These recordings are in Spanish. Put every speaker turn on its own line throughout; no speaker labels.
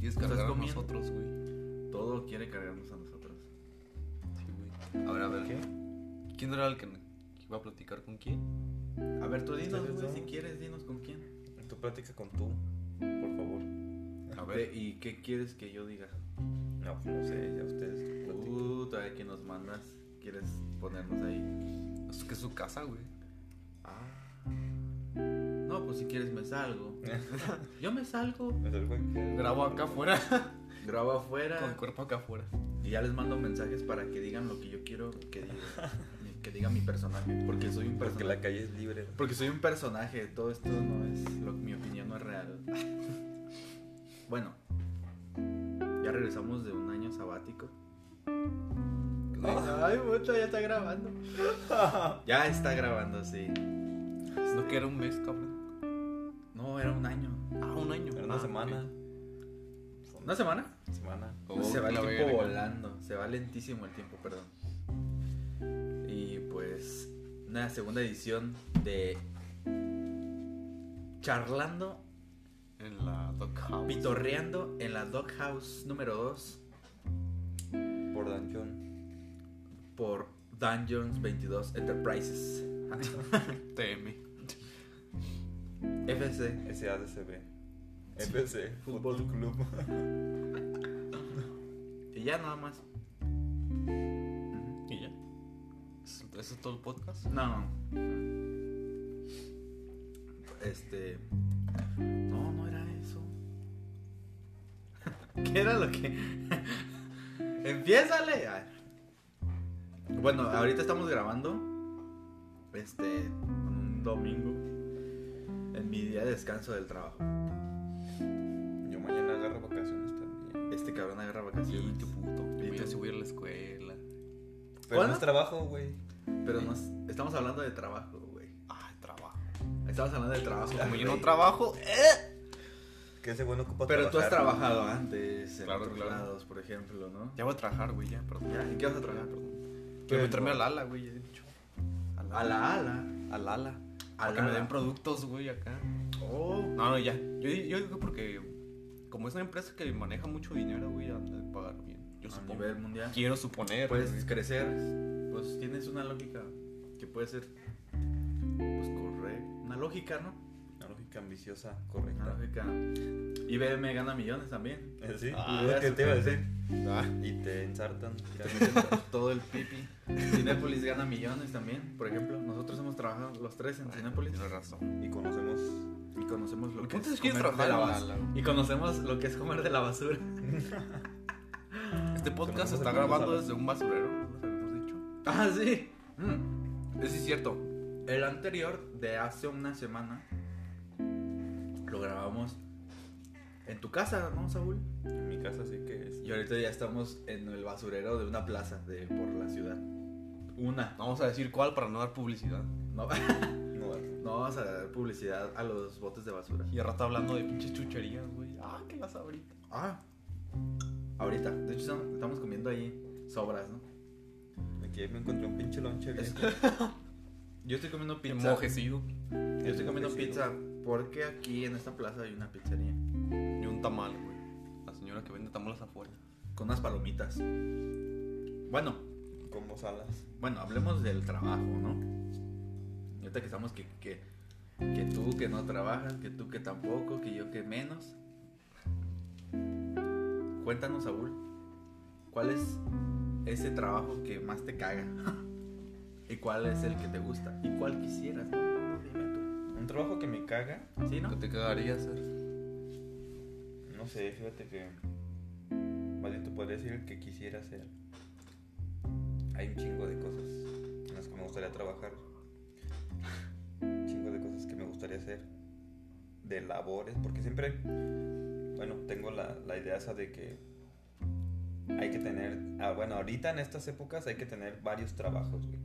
quieres
¿Estás
cargar a
comiendo?
nosotros, güey.
Todo quiere cargarnos a nosotros.
Sí, güey. A ver, a ver. ¿Quién era el que que iba a platicar con quién?
A ver, tú dinos,
Ustedes
güey,
dos.
si quieres, dinos con quién.
Tú platica con tú, por favor.
A ver.
Ve, ¿Y qué quieres que yo diga?
No, pues no sé, ya ustedes platican.
Puta, ¿qué nos mandas? ¿Quieres ponernos ahí?
Es que es su casa, güey.
Ah,
No, pues si quieres me salgo. Yo me salgo.
me salgo aquí.
Grabo acá afuera.
Grabo
Con el
afuera
cuerpo acá afuera.
y ya les mando mensajes para que digan lo que yo quiero que diga, que diga mi personaje. Porque soy un
Porque
personaje.
la calle es libre.
Porque soy un personaje, todo esto no es. lo- mi opinión no es real. Bueno, ya regresamos de un año sabático.
Ah.
Ay, puta, ya está grabando. Ya está grabando, sí.
No que era un mes, cabrón.
No, era un año.
Ah, un año.
Era una
Ah,
semana.
¿Una semana?
Una semana.
ok. Oh,
se va el
la
tiempo
verga.
volando, se va lentísimo el tiempo, perdón. Y pues, una segunda edición de Charlando
En la dog house.
Pitorreando en la Doghouse número 2
Por Danchón.
por Dungeons 22 Enterprises.
TM.
FC.
SADCB. FC.
Fútbol.
Fútbol Club.
Y ya nada más. Ujú.
Y ya. ¿Eso eso es todo el podcast?
No. Este. No, no era eso. ¿Qué era lo que.? ¡Empiézale! Ay. Bueno, ahorita estamos grabando. Este. Un domingo. En mi día de descanso del trabajo.
Yo mañana agarro vacaciones también.
Este cabrón agarra
Sí,
vacaciones.
qué puto.
¿Y
Voy
tú?
a subir a la escuela.
Pero
¿Cuándo?
no es trabajo, güey.
Pero nos, estamos hablando de trabajo, güey.
Ah, trabajo.
Estamos hablando de trabajo.
Como yo no
güey.
trabajo, eh.
Que ese güey no ocupa
Pero tú has
trabajar.
trabajado antes en
Claro,
otros
claro.
lados, por ejemplo, ¿no?
Ya voy a trabajar, güey, ya, perdón.
Ya, ¿en qué vas a trabajar?
Perdón.
Pero-
Quiero meterme al ala, güey, ya he dicho. Al
A
ala.
la ala.
Al ala.
Al
Para que me
ala.
den productos, güey, acá.
Oh.
No, no, ya. Yo, yo digo porque como es una empresa que maneja mucho dinero, güey, han de pagar bien. Yo
a
supongo.
nivel mundial.
Quiero suponer.
Puedes
güey.
crecer. Pues tienes una lógica que puede ser. Pues correcta. Una lógica, ¿no?
Una lógica ambiciosa,
Una
correcta.
lógica. IBM gana millones también.
Eh, Sí,
Ah,
es lo que te iba a
súper.
decir.
Ah,
Y te ensartan.
Todo el pipi. Cinépolis gana millones también, por ejemplo. Nosotros hemos trabajado los tres en Cinépolis.
Tienes razón.
y conocemos.
Y conocemos lo
¿Por qué
que es
entonces quieres
comer de la
trabajar
bas-
en la- la-
Y conocemos lo que es comer de la basura.
Este podcast se
Conocemos
está
el mundo,
grabando
¿sabes?
desde un basurero, ¿no? Nos habíamos dicho.
Ah, sí. Mm.
Eso sí es cierto.
El anterior de hace una semana lo grabamos en tu casa, ¿no, Saúl?
En mi casa sí que es.
Y ahorita ya estamos en el basurero de una plaza de por la ciudad. Una.
No vamos a decir cuál para no dar publicidad.
No,
No, güey.
no vamos a dar publicidad a los botes de basura.
Y al rato hablando de pinches chucherías, güey. Ah, que las ahorita.
Ah. Ahorita. De hecho, estamos- estamos comiendo ahí sobras, ¿no?
aquí me encontré un pinche lonche viejo.
Yo estoy comiendo pizza.
Enmojecido.
Yo estoy comiendo
Enmojecido.
pizza porque aquí en esta plaza hay una pizzería.
Y un tamal, güey. La señora que vende tamales afuera.
Con unas palomitas. Bueno,
Como salas.
Bueno, hablemos del trabajo, ¿no? Ahorita que estamos que, que, que tú que no trabajas, que tú que tampoco, que yo que menos. Cuéntanos, Saúl, ¿cuál es ese trabajo que más te caga? ¿Y cuál es el que te gusta? ¿Y cuál quisieras? No, no, no, dime
Un trabajo que me caga.
tú. ¿Sí,
¿Qué
no?
te quedaría hacer?
No sé, fíjate que. Más bien te podría decir el que quisiera hacer. Hay un chingo de cosas en las que me gustaría trabajar. Un chingo de cosas que me gustaría hacer. De labores, porque siempre. Bueno, tengo la, la idea esa de que. Hay que tener. ah, bueno, ahorita en estas épocas hay que tener varios trabajos, güey.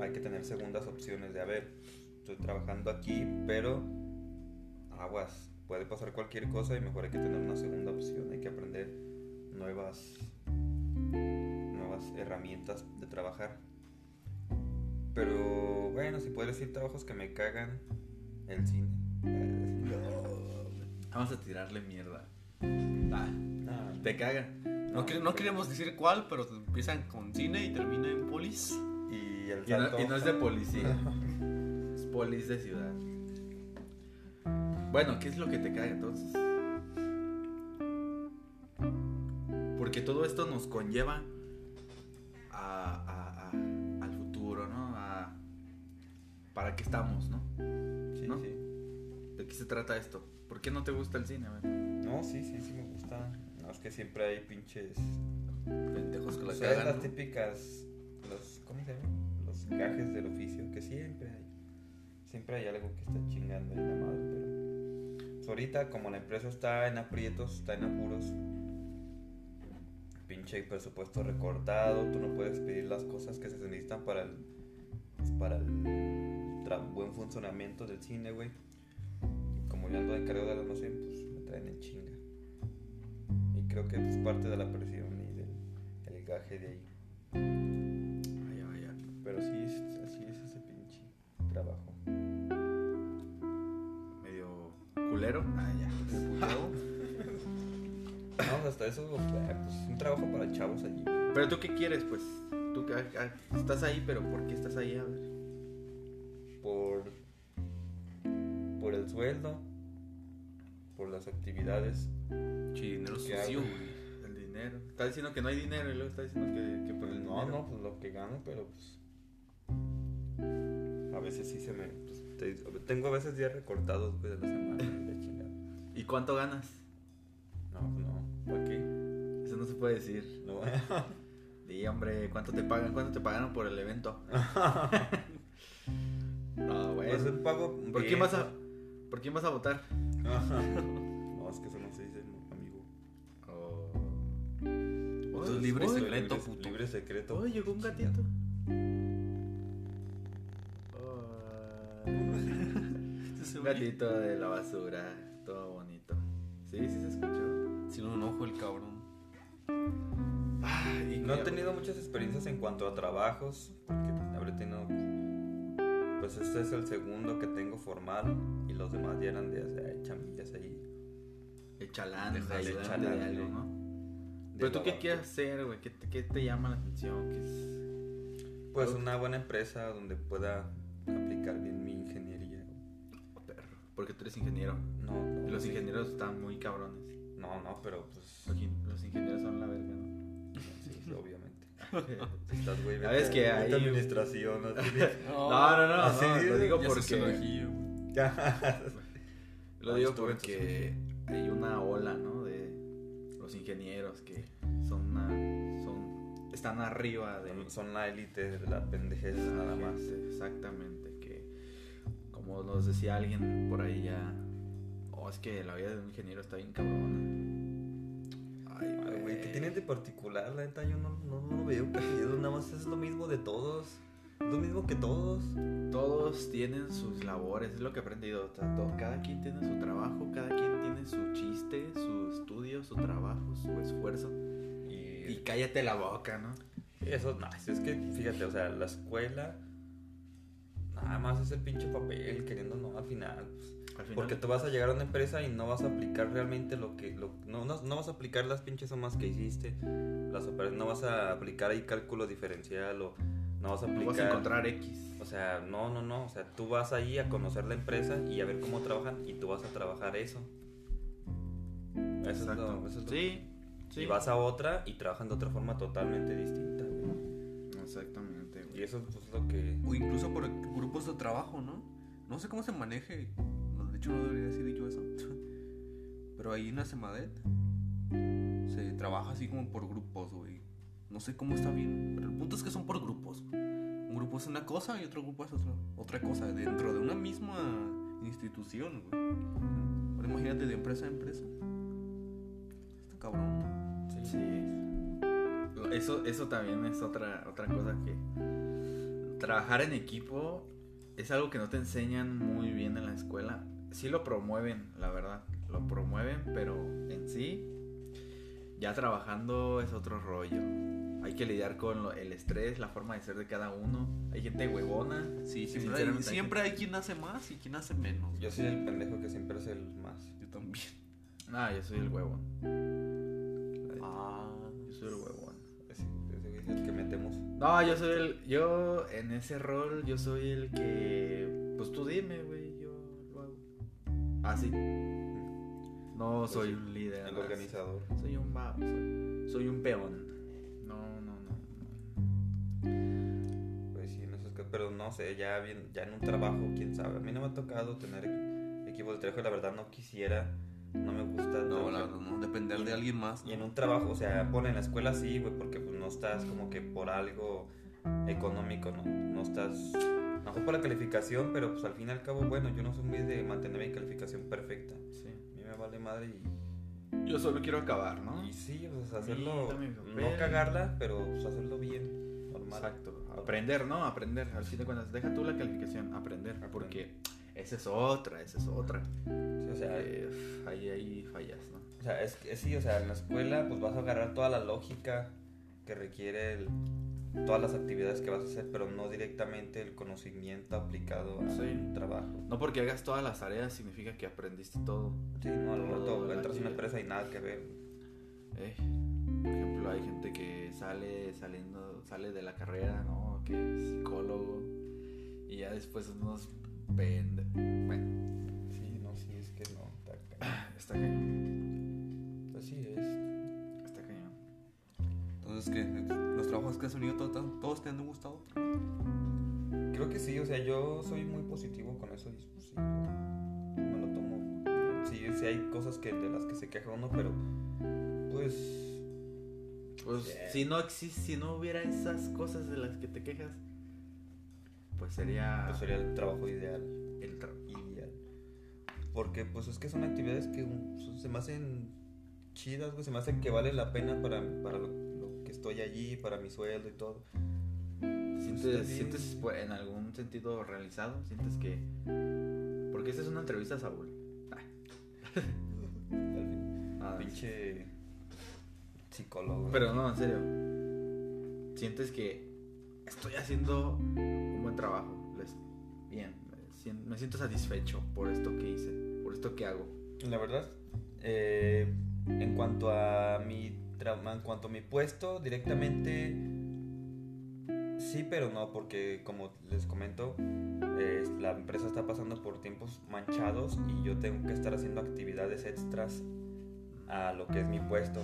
Hay que tener segundas opciones de, a ver, estoy trabajando aquí, pero aguas, puede pasar cualquier cosa y mejor hay que tener una segunda opción, hay que aprender nuevas nuevas herramientas de trabajar. Pero bueno, si puedo decir trabajos que me cagan el cine.
Vamos a tirarle mierda. Ah,
No,
te caga.
No, que- no queremos decir cuál, pero empiezan con cine y termina en polis.
Y el
Y no,
salto-
y no es de policía. es polis de ciudad. Bueno, ¿qué es lo que te cae entonces? Porque todo esto nos conlleva a- a- a- al futuro, ¿no? A, para qué estamos, ¿no?
Sí,
¿no?
sí.
¿De qué se trata esto? ¿Por qué no te gusta el cine? A ver,
No, sí, sí, sí me gusta. No, es que siempre hay pinches.
Pendejos que
O
la
sea,
cagan.
las
¿no?
típicas. Los, ¿Cómo se llama? Los gajes del oficio, que siempre hay. Siempre hay algo que está chingando ahí la madre, pero. pues, ahorita, como la empresa está en aprietos, está en apuros. Pinche presupuesto recortado, tú no puedes pedir las cosas que se necesitan para el. pues, para el tra- buen funcionamiento del cine, güey. Y Como yo ando encargado del almacén, pues me traen en chinga. Y creo que es parte de la presión y del el gaje de ahí.
Vaya, vaya.
Pero sí, es- así es ese pinche trabajo.
Medio culero. Ah, ya.
Vamos, hasta eso, eh, pues un trabajo para chavos allí. güey.
Pero tú qué quieres, pues. Tú que- ah, ah, estás ahí, pero ¿por qué estás ahí? A ver.
Por, por el sueldo, por las actividades.
Che, dinero
¿Qué
sucio,
hago?
güey.
El dinero. Está diciendo que no hay dinero y luego está diciendo que, que por
Pues
el
no,
dinero.
no, pues lo que gano, pero pues. A veces sí se me. pues, te- tengo a veces días recortados pues, de la semana y la chingada.
¿Y cuánto ganas?
No, pues, no, ¿para qué?
Eso no se puede decir.
No,
Di, hombre, ¿cuánto te pagan? ¿Cuánto te pagaron por el evento? no, güey.
pues pago.
¿Por
bien,
quién vas
pues.
a por quién vas a votar?
no, es que eso no se dice, amigo.
Oh. Pues
Voto libre,
Oye,
secreto,
libre,
puto.
libre secreto.
Oh, llegó un gatito.
Ese
un
güey.
gatito de la basura, todo bonito. Sí, sí se escuchó.
Sin un ojo el cabrón.
Ay,
No he
qué-
tenido muchas experiencias en cuanto a trabajos, porque habré tenido. Pues este es el segundo que tengo formal y los demás ya eran de hacer chamillas ahí.
El chalán, el
Deja el
ayudante de
chalán,
algo,
güey.
¿no?
de
Pero tú qué
trabajo.
quieres hacer, güey? ¿Qué, te- qué te llama la atención? ¿Qué es-
Pues una buena empresa donde pueda aplicar bien mi ingeniería.
Porque tú eres ingeniero.
No, no,
Y los
sí.
ingenieros están muy cabrones.
No, no, pero pues.
Los in- Los ingenieros son la verga, ¿no?
Sí, obviamente. Estás, güey,
Ya ves
vete-
que
vete a
ahí-
administración. así.
No, no, no,
así
no, lo
dices,
digo
Ya se
porque
sonajillo, güey.
lo
Ah,
digo
estuve en
porque hay una ola, ¿no? De los ingenieros que son una, son están arriba de
Son- Son la élite de la pendejez,
de la
nada más.
gente, exactamente que como nos decía alguien por ahí ya oh, es que la vida de un ingeniero está bien cabrona. Ay,
Ay, güey, ¿qué tienen de particular? La neta, yo no, no, no lo veo. qué pedo, Nada más es lo mismo de todos. Lo mismo que todos.
Todos tienen sus labores, es lo que he aprendido. o sea, to- cada quien tiene su trabajo, cada quien tiene su chiste, su estudio, su trabajo, su esfuerzo. Y
Y
cállate la boca, ¿no?
eso, no, si es que, fíjate, o sea, la escuela. Nada más es el pinche papel, queriendo no al final. pues,
Al final,
Porque tú vas a llegar a una empresa y no vas a aplicar realmente lo que. Lo, no, no, no vas a aplicar las pinches somas que hiciste. Las opera- no vas a aplicar ahí cálculo diferencial o no vas a
no
aplicar.
vas a encontrar X.
O sea, no, no, no. O sea, tú vas ahí a conocer la empresa y a ver cómo trabajan y tú vas a trabajar eso. Eso es lo- eso es lo-
Sí, sí.
Y vas a otra y trabajan de otra forma totalmente distinta. güey.
Exactamente,
Y
güey.
eso es pues, lo que.
O incluso por grupos de trabajo, ¿no? No sé cómo se maneje. no, De hecho, no debería decir yo eso. Pero ahí en la Semadet se trabaja así como por grupos, güey. No sé cómo está bien, pero el punto es que son por grupos. Un grupo es una cosa y otro grupo es otra, otra cosa dentro de una misma institución, güey. Ahora imagínate de empresa a empresa. Está cabrón. ¿no?
Sí. Eso, eso también es otra, otra cosa que. Trabajar en equipo es algo que no te enseñan muy bien en la escuela. Sí lo promueven, la verdad. Lo promueven, pero en sí, ya trabajando es otro rollo. Hay que lidiar con lo- el estrés, la forma de ser de cada uno. Hay gente huevona.
Sí, siempre, hay,
sinceramente, hay
siempre hay quien hace más y quien hace menos.
Yo soy el pendejo que siempre es el más.
Yo también.
Ah, yo soy el huevón.
Ah.
Yo soy el huevón.
Ese, ese güey es el que metemos.
No, yo soy el. Yo, en ese rol, yo soy el que. Pues tú dime, güey, yo lo hago. Así. No soy
sí,
un líder.
El
¿no?
organizador.
Soy un vago, soy, soy un peón. No, no, no. no.
Pues sí, en esos ca- pero no sé, ya, bien, ya en un trabajo, quién sabe. A mí no me ha tocado tener equ- equipos de trabajo, la verdad no quisiera, no me gusta.
No,
trabajar.
la verdad, no. Depender de alguien más. ¿no?
Y en un trabajo, o sea, pone en la escuela sí, güey, porque pues no estás como que por algo económico, no, no estás. A lo mejor por la calificación, pero pues al fin y al cabo, bueno, yo no soy muy de mantener mi calificación perfecta.
Sí.
A mí me vale madre y
Yo solo quiero acabar, ¿no?
Y sí, pues hacerlo.
Bonito, mi papel.
No cagarla, pero pues, hacerlo bien. Normal.
Exacto. Aprender, ¿no? Aprender. Al fin de cuentas, deja tú la calificación. Aprender.
Aprender.
Porque esa es otra, esa es otra.
Sí, o, sea,
Eh, f- ahí, ahí fallas, ¿no?
o sea, es que sí, o sea, en la escuela pues vas a agarrar toda la lógica que requiere el- todas las actividades que vas a hacer, pero no directamente el conocimiento aplicado al
Sí.
trabajo.
No porque hagas todas las tareas significa que aprendiste todo.
Sí, no, al rato
Todo la
entras a
actividad.
una empresa y nada que ver.
Eh, Por ejemplo, hay gente que sale saliendo, sale de la carrera, ¿no? Que es psicólogo. Y ya después unos vende. Bueno,
Sí, no, sí, es que no. está cañón.
está cañón.
Pues sí, es.
Está cañón.
Entonces, ¿qué? ¿Los trabajos que has tenido to- tan- todos te han gustado?
Creo que sí, o sea, yo soy muy positivo con eso y pues, sí, yo me lo tomo. Sí, sí hay cosas que, de las que se queja uno, pero pues
Pues
Yeah.
si no existe, si no hubiera esas cosas de las que te quejas, pues sería
Pues sería el trabajo ideal.
el trabajo.
Ideal. Porque pues es que son actividades que um, son- se me hacen chidas, güey. Se me hacen que vale la pena para, para lo, lo que estoy allí, para mi sueldo y todo. pues
¿Sientes,
Sí.
sientes, pues, en algún sentido realizado? ¿Sientes que.? Porque esta es una entrevista, Saúl.
Al fin,
Ah,
pinche psicólogo.
Pero no, en serio. Sientes que estoy haciendo un buen trabajo. les- Bien. me sien- Me siento satisfecho por esto que hice, por esto que hago.
La verdad, eh, en cuanto a mi tra- en cuanto a mi puesto, directamente sí, pero no, porque como les comento, eh, la empresa está pasando por tiempos manchados y yo tengo que estar haciendo actividades extras a lo que es mi puesto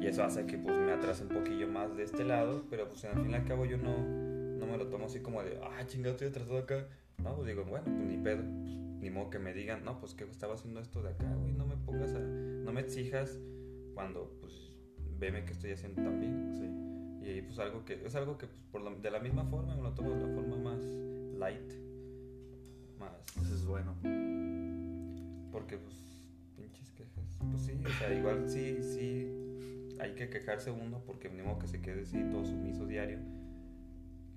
y eso hace que pues me atrase un poquillo más de este lado, pero pues al fin y al cabo yo no, no me lo tomo así como de, ah, chingado, estoy atrasado acá. No, pues digo, bueno, pues ni pedo ni modo que me digan, no, pues que estaba haciendo esto de acá, güey, no me pongas a, no me exijas cuando, pues, veme que estoy haciendo también.
Sí.
Y pues algo que, es algo que pues, por la- de la misma forma me lo tomo de la forma más light, más,
Eso es bueno.
porque pues, pinches quejas, pues sí, o sea, igual sí, sí, hay que quejarse uno porque ni modo que se quede así todo sumiso diario,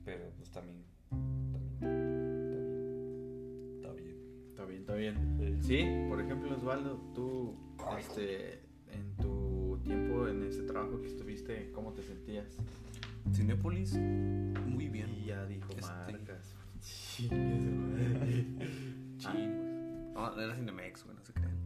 pero pues también, también, también, está bien.
Está bien, está bien. Sí, por ejemplo, Osvaldo, tú este, en tu tiempo en ese trabajo que estuviste, ¿cómo te sentías?
Cinépolis, muy bien.
Y
güey.
ya dijo
Este-
marcas. Chingue su madre.
Chin, güey. Ah, No, era Cinemex, güey, no se crean.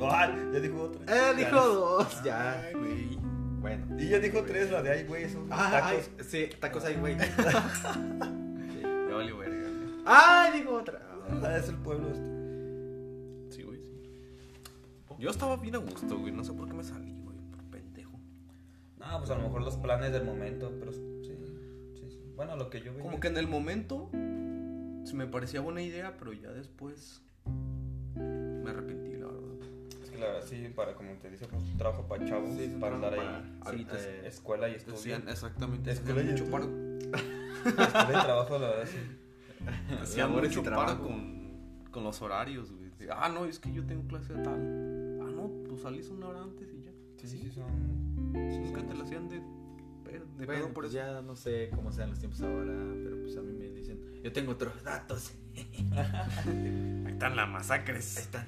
¡Ah! Ya dijo otra.
Eh, dijo
Ya.
dos, ya.
Ay, güey.
Bueno.
Y ya dijo tres, la de ay, güey, esos
Ah,
tacos.
ay, sí, tacos ahí, güey.
Ya valió verga. güey.
Ah, dijo otra.
Ah, es el pueblo este.
Sí, güey, sí. Yo estaba bien a gusto, güey. No sé por qué me salí, güey, por pendejo.
No, pues a lo mejor los planes del momento, pero sí, sí, sí. Bueno, lo que yo veía.
Como que en el momento se me parecía buena idea, pero ya después me arrepentí, la verdad.
Es que la verdad, sí, para, como te dice, pues trabajo para chavos,
Sí, es un
para andar
trabajo
ahí.
para-
ahorita
eh,
escuela y estudio.
Decían exactamente,
Es que
hacían
le-
mucho paro.
Escuela y trabajo, la verdad, sí.
Hacían
Labores y
mucho paro
trabajo.
con, con los horarios, güey. De, Ah, no, es que yo tengo clase de tal. Ah, no, pues salís una hora antes y ya.
Sí, sí, sí, son.
Nunca te la hacían de, pe- de
Bueno,
pedo por
pues
eso.
ya no sé cómo sean los tiempos ahora, pero pues a mí me dicen, yo tengo otros datos.
Ahí están las masacres.
Ahí están,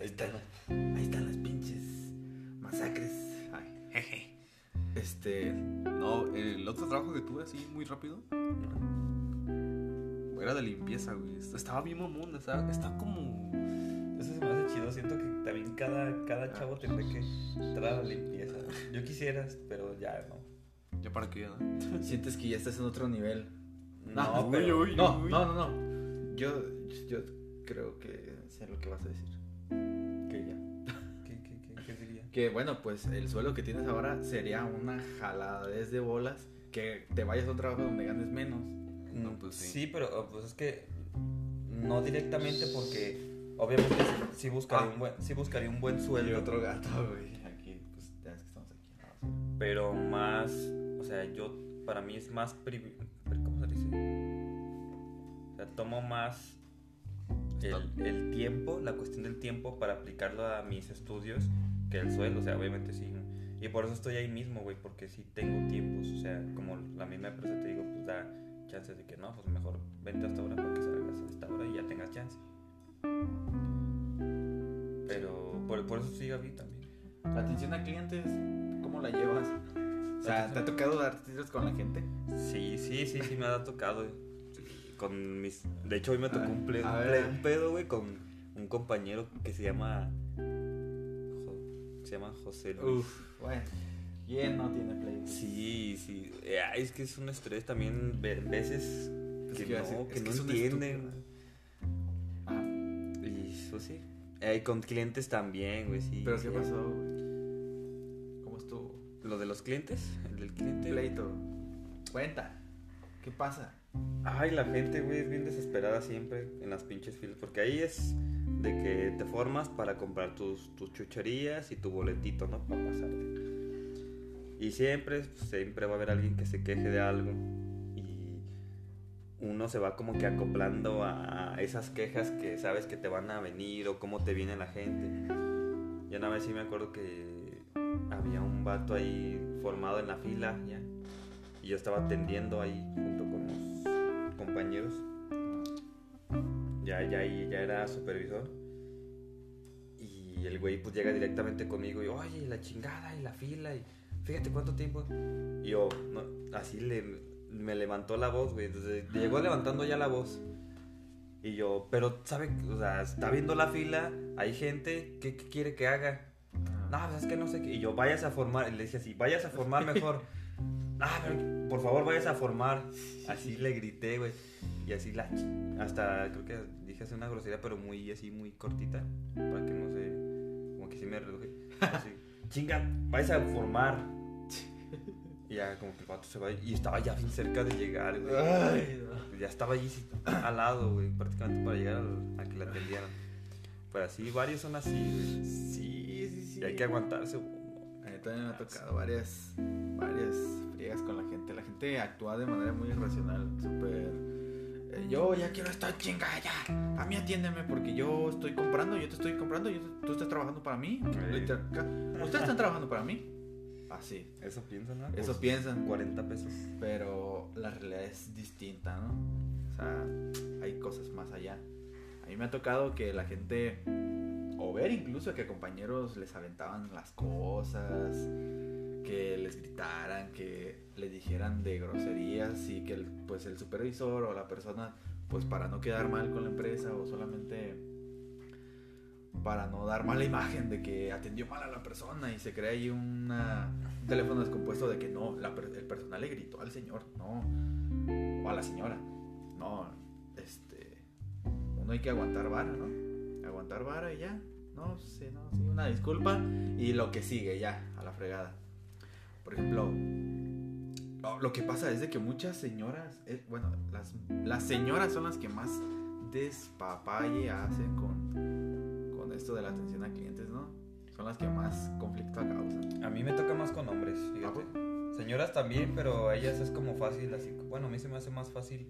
Ahí está.
ahí están las pinches masacres. Ay.
Jeje.
Este,
No, el otro trabajo que tuve así muy rápido era de limpieza, güey. Estaba bien mamón, estaba, estaba como...
Eso se me hace chido, siento que también cada, cada chavo tendría que entrar a la limpieza. Yo quisiera, pero ya no.
Ya para qué, ¿no?
Sientes que ya estás en otro nivel.
uy,
No, pero-
uy.
No, no, no, no. Yo, yo creo que sé lo que vas a decir.
¿Qué ya? ¿Qué, qué, qué, qué diría?
Que bueno, pues el suelo que tienes ahora sería una jaladez de bolas que te vayas a un trabajo donde ganes menos.
No, pues sí.
sí. pero oh, pues es que no directamente porque obviamente sí, sí buscaría,
Ah.
un buen, sí buscaría un buen sueldo.
gato, güey. Aquí, pues ya ves que estamos aquí. Ah, en la basura.
Pero más, o sea, yo, para mí es más, privi- ¿cómo se dice? O sea, tomo más el, el tiempo, la cuestión del tiempo para aplicarlo a mis estudios que el sueldo, o sea, obviamente sí. ¿no? Y por eso estoy ahí mismo, güey, porque sí tengo tiempos, o sea, como la misma empresa te digo, pues da chances de que no, pues mejor vente hasta ahora para que salgas a esta hora y ya tengas chance. Pero por, por eso sí, Gaby también.
La atención a clientes, ¿cómo la llevas? O sea, ¿te ha tocado dar tiros con la gente?
Sí, sí, sí, sí me ha tocado. eh. Con mis... De hecho, hoy me tocó
A-
un, ple-
a
un
ver.
ple- un pedo, güey, con un compañero que se llama... Jo- Se llama José Luis.
Uf, bueno. ¿Quién no tiene play?
Sí, sí. Eh, ay, es que es un estrés también ve- veces
Pues,
que
¿qué iba a
no,
decir?
que
Es
no
es un
entienden.
estúpido. Ah,
Y eso sí. Eh, con clientes también, güey, sí.
pero
sí.
¿qué pasó? güey? ¿Cómo estuvo?
¿Lo de los clientes? ¿El del cliente?
Pleito. Cuenta. ¿Qué pasa?
Ay, la gente, güey, es bien desesperada siempre en las pinches filas. Porque ahí es de que te formas para comprar tus, tus chucherías y tu boletito, ¿no? Para pasarte. Y siempre, siempre va a haber alguien que se queje de algo. Y uno se va como que acoplando a esas quejas que sabes que te van a venir o cómo te viene la gente. Ya una vez sí me acuerdo que había un vato ahí formado en la fila, ya. Y yo estaba atendiendo ahí junto con los compañeros. Ya, ya, y ya era supervisor. Y el güey pues llega directamente conmigo y, oye, la chingada y la fila y fíjate cuánto tiempo. Y yo, no, así le, me levantó la voz, güey. Entonces llegó levantando ya la voz. Y yo, pero, ¿sabe? O sea, está viendo la fila, hay gente, ¿qué, qué quiere que haga? No, pues es que no sé qué. Y yo, vayas a formar. Y le dije así, vayas a formar mejor. No, pero por favor, vayas a formar. Así le grité, güey. Y así la. ch- Hasta creo que dije así una grosería, pero muy así, muy cortita. Para que no se. Como que sí me reduje. Así, chinga, vayas a formar. Y ya como que el vato se va. Y estaba ya bien cerca de llegar, güey. pues, Ya estaba allí sí, al lado, güey. Prácticamente para llegar al- a que la atendieran. Pero así, varios son así, güey.
Sí, sí, sí.
Y hay que aguantarse.
A mí también me ha tocado varias, varias friegas con la gente. La gente actúa de manera muy irracional, súper... eh, yo ya quiero esta chinga ya. A mí atiéndeme porque yo estoy comprando, yo te estoy comprando, yo tú estás trabajando para mí.
Ey.
Literal, ca- Ustedes están trabajando para mí. Así,
Eso piensan, ¿no? Pues,
eso
Por
piensan.
40 pesos.
Pero la realidad es distinta, ¿no? O sea, hay cosas más allá. A mí me ha tocado que la gente, o ver incluso que compañeros les aventaban las cosas, que les gritaran, que les dijeran de groserías y que el, pues el supervisor o la persona, pues para no quedar mal con la empresa o solamente para no dar mala imagen de que atendió mal a la persona y se crea ahí una, un teléfono descompuesto de que no, la per- el personal le gritó al señor, no, o a la señora, no, este, uno hay que aguantar vara, ¿no? Aguantar vara y ya, no, sí, no, sí, una disculpa y lo que sigue ya, a la fregada. Por ejemplo, lo, lo que pasa es de que muchas señoras, eh, bueno, las, las señoras son las que más despapalle hacen con, con esto de la atención a clientes, ¿no? Son las que más conflicto causan.
A mí me toca más con hombres, fíjate. Señoras también, pero a ellas es como fácil, así. Bueno, a mí se me hace más fácil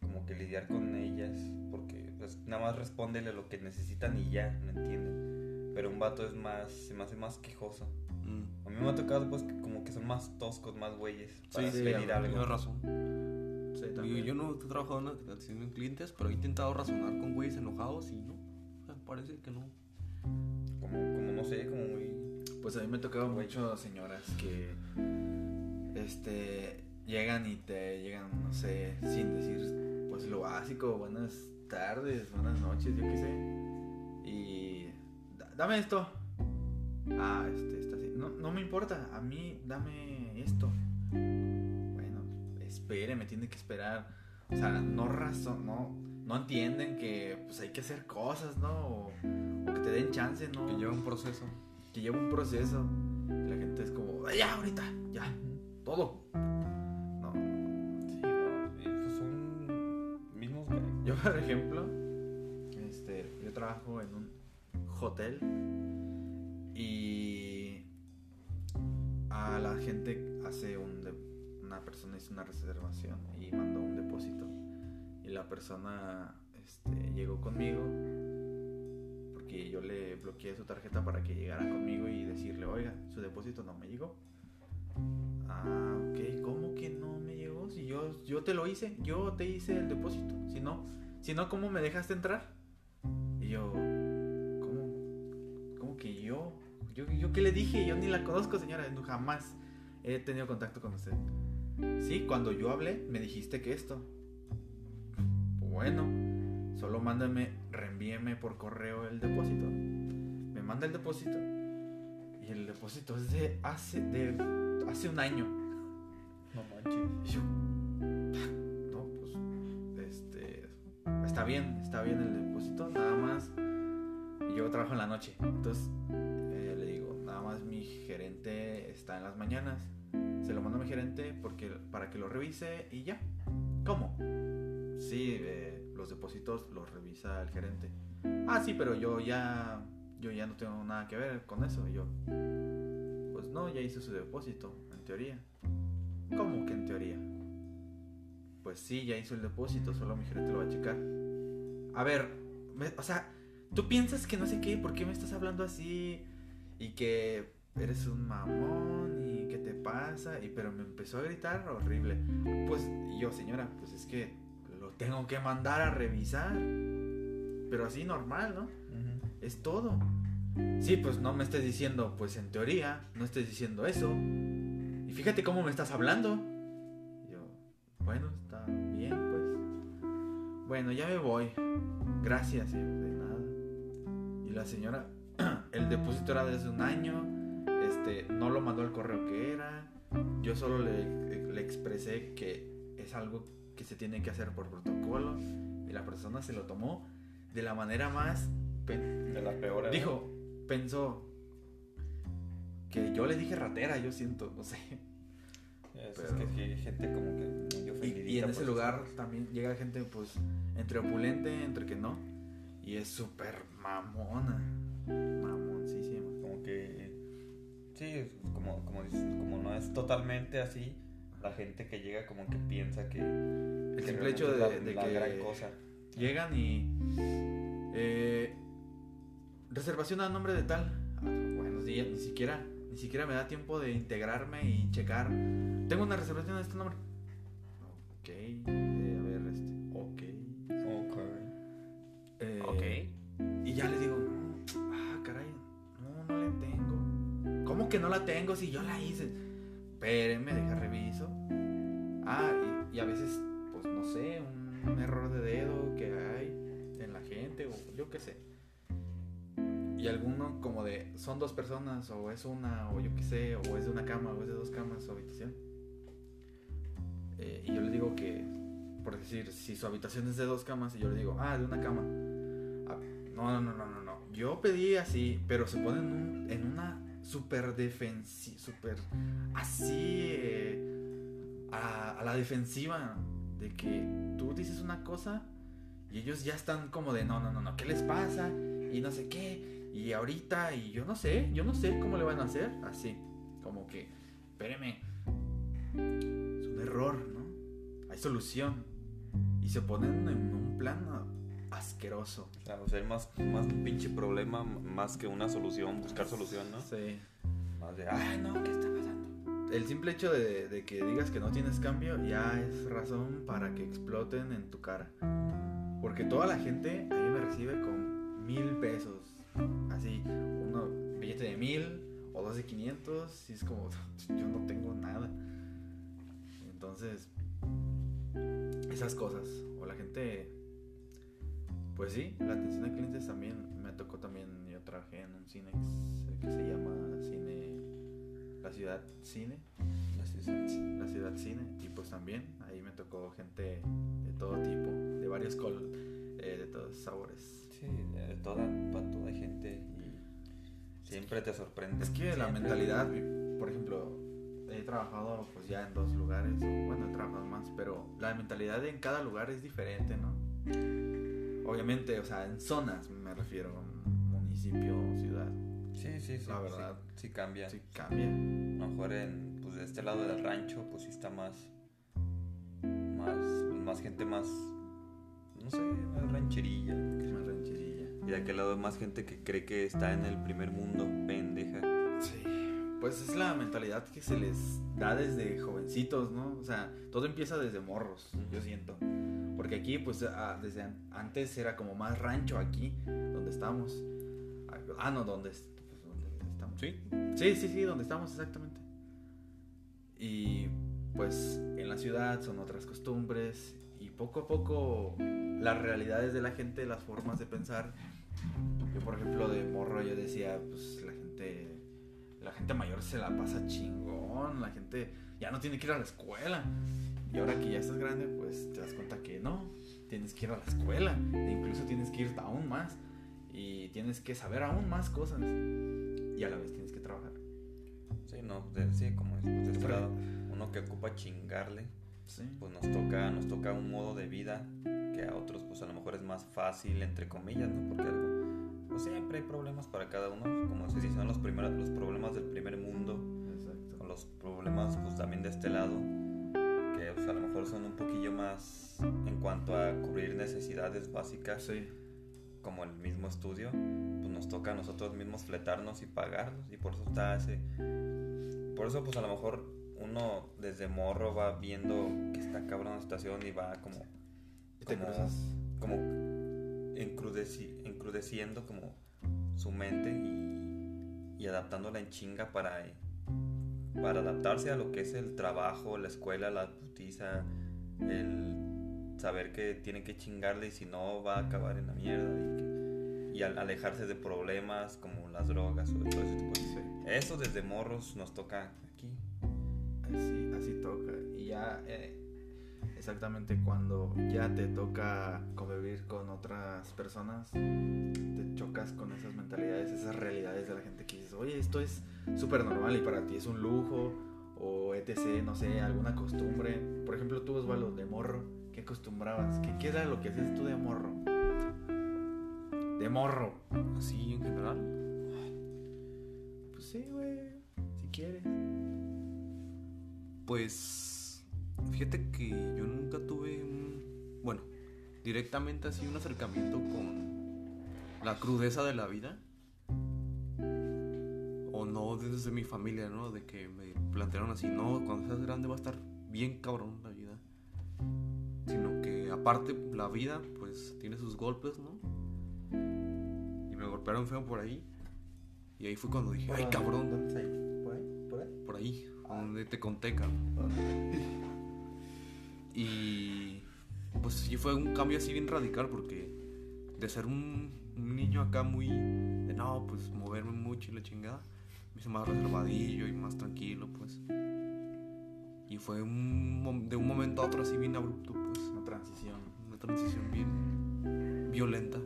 como que lidiar con ellas, porque pues, nada más respóndele lo que necesitan y ya, ¿me entienden? Pero un vato es más, se me hace más quejoso.
Mm.
A mí me ha tocado pues que como que son más toscos, más güeyes para
sí,
pedir
la-
Tienes
algo.
razón.
Sí,
Digo, yo no he trabajado en atención en clientes, pero he intentado razonar con güeyes enojados y no. O sea, parece que no.
Como, como no sé, como muy...
Pues a mí me tocaba mucho señoras que este llegan y te llegan, no sé, sin decir pues lo básico, buenas tardes, buenas noches, yo qué sé. Y da- dame esto. Ah, este, está así. No, no me importa, a mí dame esto. Bueno, espere, me tiene que esperar. O sea, no razón, no, no entienden que pues hay que hacer cosas, ¿no? O, o que te den chance, ¿no?
Que lleva un proceso.
que lleva un proceso. Y la gente es como, "Ah, ya, ahorita, ya, todo. No,
Sí, no, y, pues, son mismos güey.
Yo, por ejemplo, este, yo trabajo en un hotel y a la gente hace un de- una persona hizo una reservación y mandó un depósito y la persona este, llegó conmigo porque yo le bloqueé su tarjeta para que llegara conmigo y decirle, oiga, su depósito no me llegó. Ah, ok, ¿cómo que no me llegó? Si yo, yo te lo hice, yo te hice el depósito. Si no, si no, ¿cómo me dejaste entrar? Y yo, ¿cómo? ¿Cómo que yo? ¿Yo, yo qué le dije? Yo ni la conozco, señora. no, Jamás he tenido contacto con usted. Sí, cuando yo hablé, me dijiste que esto. Bueno, solo mándame, reenvíeme por correo el depósito. Me manda el depósito. Y el depósito es de hace, de hace un año.
No manches.
Y yo, no, pues, este, está bien, está bien el depósito, nada más. Yo trabajo en la noche, entonces eh, le digo, nada más mi gerente está en las mañanas. Se lo mando a mi gerente porque, para que lo revise y ya. ¿Cómo? Sí, eh, los depósitos los revisa el gerente. Ah, sí, pero yo ya, yo ya no tengo nada que ver con eso. Y yo, pues no, ya hizo su depósito, en teoría. ¿Cómo que en teoría? Pues sí, ya hizo el depósito, solo mi gerente lo va a checar. A ver, me- o sea, tú piensas que no sé qué, ¿por qué me estás hablando así? Y que eres un mamón y qué te pasa, y pero me empezó a gritar horrible. Pues y yo, señora, pues es que lo tengo que mandar a revisar. Pero así normal, ¿no? Es todo. Sí, pues no me estés diciendo, pues en teoría, no estés diciendo eso. Y fíjate cómo me estás hablando. Y yo, bueno, está bien, pues. Bueno, ya me voy. Gracias, y yo, de nada. Y la señora, el depósito era desde un año. Este, no lo mandó al correo que era. Yo solo le, le expresé que es algo que se tiene que hacer por protocolo. Y la persona se lo tomó de la manera más pen-
De las peores.
Dijo, pensó que yo le dije ratera, yo siento, no sé.
¿no? Es,
pero-
es que sí, hay gente como que muy
Y,
ofendidita. pues,
y en
por
ese
eso.
lugar también llega gente, pues, entre opulente, entre que no. Y es súper mamona. Mamoncísima.
Como que. Sí, es como, como dices, como no es totalmente así, la gente que llega como que piensa que.
El
que
simple hecho de,
realmente
de
es la,
que
la gran cosa.
llegan y. eh, reservación a nombre de tal. Ah, Buenos días, ni siquiera, ni siquiera me da tiempo de integrarme y checar. Tengo una reservación a este nombre. Ok, eh, a ver, este. Ok. Eh, Y ya le digo, ah, caray, no, no la tengo. ¿Cómo que no la tengo si yo la hice? Espérenme, deja reviso. Ah, y, y a veces, pues no sé, un error de dedo que hay en la gente o yo qué sé. Y alguno como de, son dos personas o es una o yo qué sé, o es de una cama o es de dos camas su habitación. Eh, y yo le digo que, por decir, si su habitación es de dos camas y yo le digo, ah, de una cama. Ah, No, no, no, no, no, no. Yo pedí así, pero se ponen un- en una super defensiva, super así eh, a, a la defensiva de que tú dices una cosa y ellos ya están como de no, no, no, no, ¿qué les pasa? Y no sé qué, y ahorita, y yo no sé, yo no sé cómo le van a hacer, así, como que, espéreme, es un error, ¿no? Hay solución. Y se ponen en un plan ah, asqueroso.
Claro, o sea, es más, más un pinche problema más que una solución, buscar solución, ¿no?
Sí.
Más de, ah,
Ay, no, ¿qué está pasando? El simple hecho de, de que digas que no tienes cambio ya es razón para que exploten en tu cara. Porque toda la gente a mí me recibe con mil pesos. Así, uno billete de mil o dos de quinientos. Y es como, yo no tengo nada. Entonces, esas cosas. O la gente, pues sí, la atención a clientes también me tocó también. Yo trabajé en un un cine ex- que se llama Cine. La Ciudad Cine.
Así es.
La Ciudad Cine. Y pues también ahí me tocó gente de todo tipo, de varios colores, de todos sabores.
Sí, de toda, para toda gente. Y siempre te sorprende.
Es que la
Siempre.
mentalidad, por ejemplo, he trabajado pues ya en dos lugares, o, bueno, he trabajado más, pero la mentalidad en cada lugar es diferente, ¿no? Obviamente, o sea, en zonas me refiero, municipio, ciudad,
Sí, sí, sí.
La
sí,
verdad.
Sí, cambia.
sí cambia.
A lo mejor en, pues, de este lado del rancho, pues sí está más. Más. Más gente más. No sé, más rancherilla.
Es más rancherilla.
Y de aquel lado hay más gente que cree que está en el primer mundo, pendeja.
Sí. Pues es la mentalidad que se les da desde jovencitos, ¿no? O sea, todo empieza desde morros, yo siento. Porque aquí, pues, ah, desde an- antes era como más rancho aquí, donde estamos. Ah, no, donde, es- pues, donde estamos.
Sí,
Sí, sí, sí, donde estamos exactamente. Y pues en la ciudad son otras costumbres y poco a poco las realidades de la gente, las formas de pensar. Yo por ejemplo de morro yo decía, pues la gente la gente mayor se la pasa chingón, la gente ya no tiene que ir a la escuela. Y ahora que ya estás grande, pues te das cuenta que no, tienes que ir a la escuela, e incluso tienes que ir aún más y tienes que saber aún más cosas y a la vez tienes que trabajar.
Sí, no, de- sí, como es, pues, de este
Pero-
lado, uno que ocupa chingarle,
Sí.
pues nos toca, nos toca un modo de vida que a otros, pues a lo mejor es más fácil, entre comillas, ¿no? Porque algo, pues siempre hay problemas para cada uno, como se dicen los primeros, los problemas del primer mundo, o
Exacto.
los problemas, pues también de este lado, que pues, a lo mejor son un poquillo más en cuanto a cubrir necesidades básicas,
Sí.
como el mismo estudio, pues nos toca a nosotros mismos fletarnos y pagarnos. Y por eso está ese. Por eso, pues a lo mejor uno desde morro va viendo que está cabrón la situación y va como,
Y te
Como-
cruzas.
como encrudeci- encrudeciendo como su mente y, y adaptándola en chinga para, eh, para adaptarse a lo que es el trabajo, la escuela, la putiza, el saber que tiene que chingarle y si no va a acabar en la mierda y, que- y al- alejarse de problemas como las drogas o todo ese tipo de-
Sí.
Eso desde morros nos toca aquí.
Así, así toca. Y ya eh, exactamente cuando ya te toca convivir con otras personas, te chocas con esas mentalidades, esas realidades de la gente que dices, oye, esto es súper normal y para ti es un lujo o etc, no sé, alguna costumbre. Por ejemplo, tú Osvaldo, de morro, ¿qué acostumbrabas? ¿Qué, qué era lo que haces tú de morro? De morro.
así en general.
Pues sí, güey, si quieres.
Pues fíjate que yo nunca tuve un, bueno, directamente así un acercamiento con la crudeza de la vida. O no desde mi familia, ¿no? De que me plantearon así, no, cuando seas grande va a estar bien cabrón la vida. Sino que aparte la vida pues tiene sus golpes, ¿no? Y me golpearon feo por ahí. Y ahí fue cuando dije, ay cabrón,
¿Dónde está ahí? ¿Por ahí? ¿Por ahí?
por ahí, donde te conté, cabrón. Y pues sí fue un cambio así bien radical porque de ser un, un niño acá muy de no, pues moverme mucho y la chingada, me hice más reservadillo y más tranquilo, pues. Y fue un, mom- de un momento a otro así bien abrupto, pues.
Una transición.
Una transición bien violenta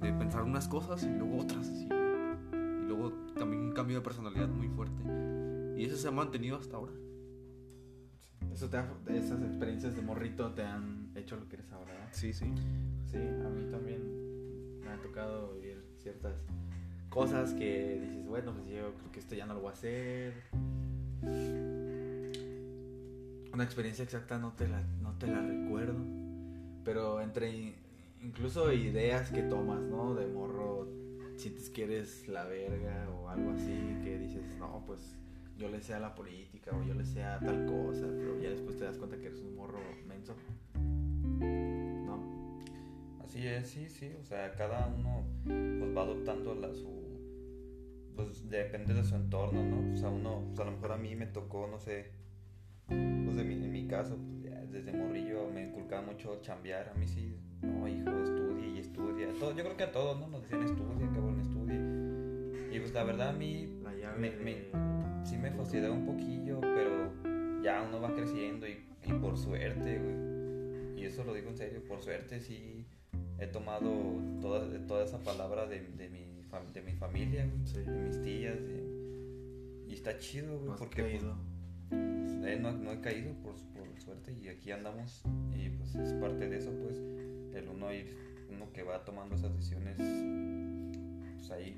de pensar unas cosas y luego otras así. Y luego también un cambio de personalidad muy fuerte. Y eso se ha mantenido hasta ahora.
Eso te ha- esas experiencias de morrito te han hecho lo que eres ahora. ¿verdad?
Sí, sí.
Sí, a mí también me ha tocado vivir ciertas cosas que dices, bueno, pues yo creo que esto ya no lo voy a hacer. Una experiencia exacta no te la, no te la recuerdo, pero entre i- incluso ideas que tomas, ¿no? De morro, sientes que eres la verga o algo así, que dices, no, pues yo le sé a la política o yo le sé a tal cosa, pero ya después te das cuenta que eres un morro menso. ¿No?
Así es, sí, sí, o sea, cada uno pues va adoptando la su pues depende de su entorno, ¿no? O sea, uno, pues a lo mejor a mí me tocó, no sé, pues de mi- en mi caso, pues, ya desde morrillo me inculcaba mucho chambear, a mí sí, no, hijo, estudia y estudia, todo, yo creo que a todos, ¿no? Nos decían estudia, cabrón, pues, la verdad a mí
La llave
Me-
de-
sí me fastidiaba un poquillo, pero ya uno va creciendo y, y por suerte, güey. Y eso lo digo en serio, por suerte sí he tomado toda, toda esa palabra de, de, mi, fam- de mi familia, güey,
Sí.
de mis tías. de- Y está chido, güey,
Has
porque pues,
caído.
eh, no, no he caído por, por suerte y aquí andamos y pues es parte de eso pues el uno ir uno que va tomando esas decisiones pues ahí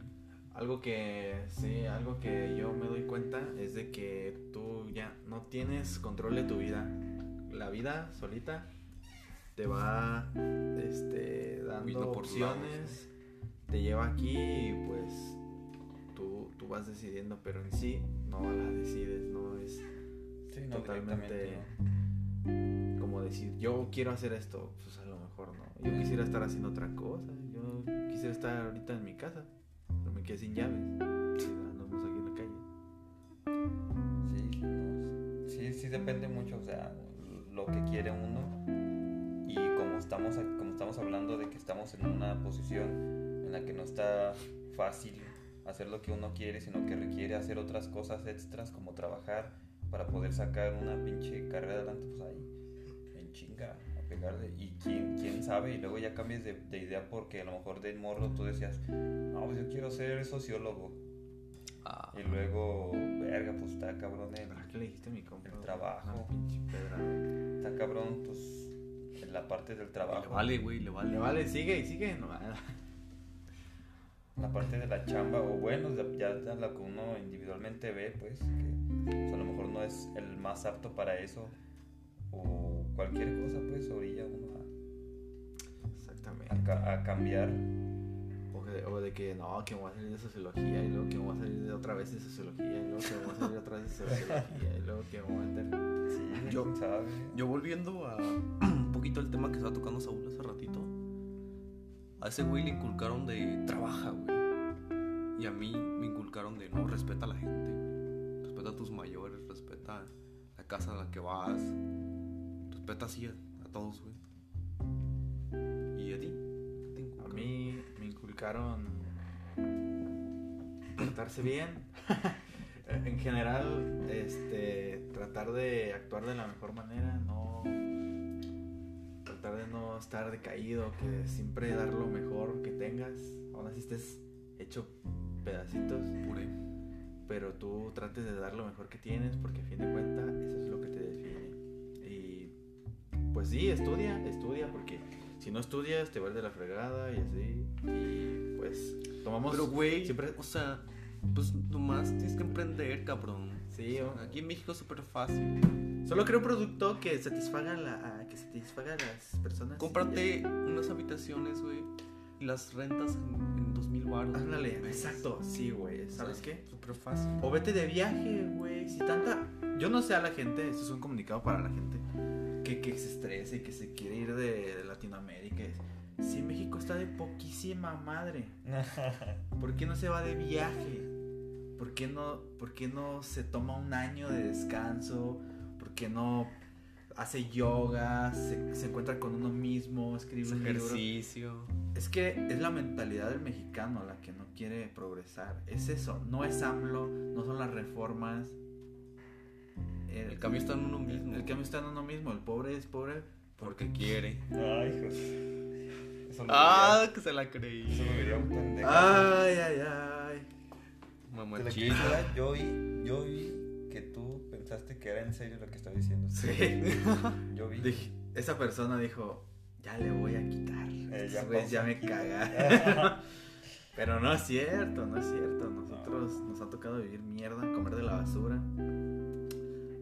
Algo que sí, algo que yo me doy cuenta es de que tú ya no tienes control de tu vida. La vida solita te va este, dando
Viendo por
opciones, te lleva aquí y pues tú, tú vas decidiendo, pero en sí no la decides, no es
sí, no,
Totalmente.
directamente,
como decir yo quiero hacer esto, pues a lo mejor no. Yo quisiera estar haciendo otra cosa, yo quisiera estar ahorita en mi casa, pero me quedé sin llaves. Y Andamos aquí en la calle.
¿no? sí, no, sí sí depende mucho o sea lo que quiere uno y como estamos a- como estamos hablando de que estamos en una posición en la que no está fácil hacer lo que uno quiere sino que requiere hacer otras cosas extras como trabajar para poder sacar una pinche carrera adelante pues ahí en chinga a pegarle. Y quién, quién sabe, y luego ya cambias de, de idea porque a lo mejor de morro tú decías, no, pues yo quiero ser sociólogo.
Ah,
Y luego, verga, pues está cabrón, el-
¿Para qué le dijiste a mi compa?
El
güey?
trabajo.
Una pinche pedra, güey.
está cabrón, pues en la parte del
Le
trabajo,
vale, güey, le vale.
Vale, vale, sigue y sigue. No, ah,
la parte de la chamba, o bueno, ya- ya está la que uno individualmente ve, pues, que pues, a lo mejor no es el más apto para eso, o cualquier cosa, pues, orilla uno a- a,
exactamente.
ca- a cambiar.
O de, o de que no, que me voy a salir de sociología y luego que me voy a salir de otra vez de sociología y luego que me voy a salir otra vez de sociología y luego que me voy a meter.
Sí,
Yo-
quién sabe.
Yo volviendo a un poquito el tema que estaba tocando Saúl hace ratito. A ese güey le inculcaron de trabaja, güey. Y a mí me inculcaron de no, respeta a la gente. güey. Respeta a tus mayores, respeta la casa a la que vas. Respeta así a, a todos, güey. ¿Y a ti? ¿Qué te
A
inculcaron?
mí me inculcaron portarse bien. en general, este, tratar de actuar de la mejor manera, no tratar de no estar decaído, que siempre dar lo mejor que tengas, aún así estés hecho pedacitos,
Puré.
pero tú trates de dar lo mejor que tienes porque a fin de cuentas eso es lo que te define. Y pues sí, estudia, estudia porque si no estudias te va a ir de la fregada y así. Y pues tomamos...
Pero, güey,
siempre-
o sea, pues nomás tienes que emprender, cabrón.
Sí,
O sea,
o-
aquí en México es súper fácil.
Solo creo un producto que satisfaga, la, a- que satisfaga a las personas. Y
Cómprate unas habitaciones, güey. Y las rentas en, en 2000 baros.
ya.
güey.
Ándale,
Al mes.
exacto. Sí, güey.
O sea,
¿Sabes qué?
Súper fácil.
O vete de viaje, güey. Si tanta. Yo no sé a la gente, esto es un comunicado para la gente. Que, que se estrese y que se quiere ir de, de Latinoamérica. Si México está de poquísima madre, ¿por qué no se va de viaje? ¿Por qué no, por qué no se toma un año de descanso? ¿Por qué no hace yoga? Se, se encuentra con uno mismo, escribe un libro.
Ejercicio.
Es que es la mentalidad del mexicano la que no quiere progresar. Es eso, no es AMLO, no son las reformas.
El cambio está en uno mismo.
El cambio está en uno mismo. El pobre es pobre.
Porque quiere.
Ay, hijos. Eso lo
Ah, que se la creí.
Eso lo diría un pendejo.
Ay, ay, ay.
Mamá
Te la
chica.
quisiera, yo vi, yo vi que tú pensaste que era en serio lo que estaba diciendo.
Sí.
Yo vi.
Dije, esa persona dijo, ya le voy a quitar.
Eh,
Estos
ya
güeyes "Pues, ya,
vamos
me
aquí.
cagaron. Pero no es cierto, no es cierto. Nosotros nos ha tocado vivir mierda, comer de la basura.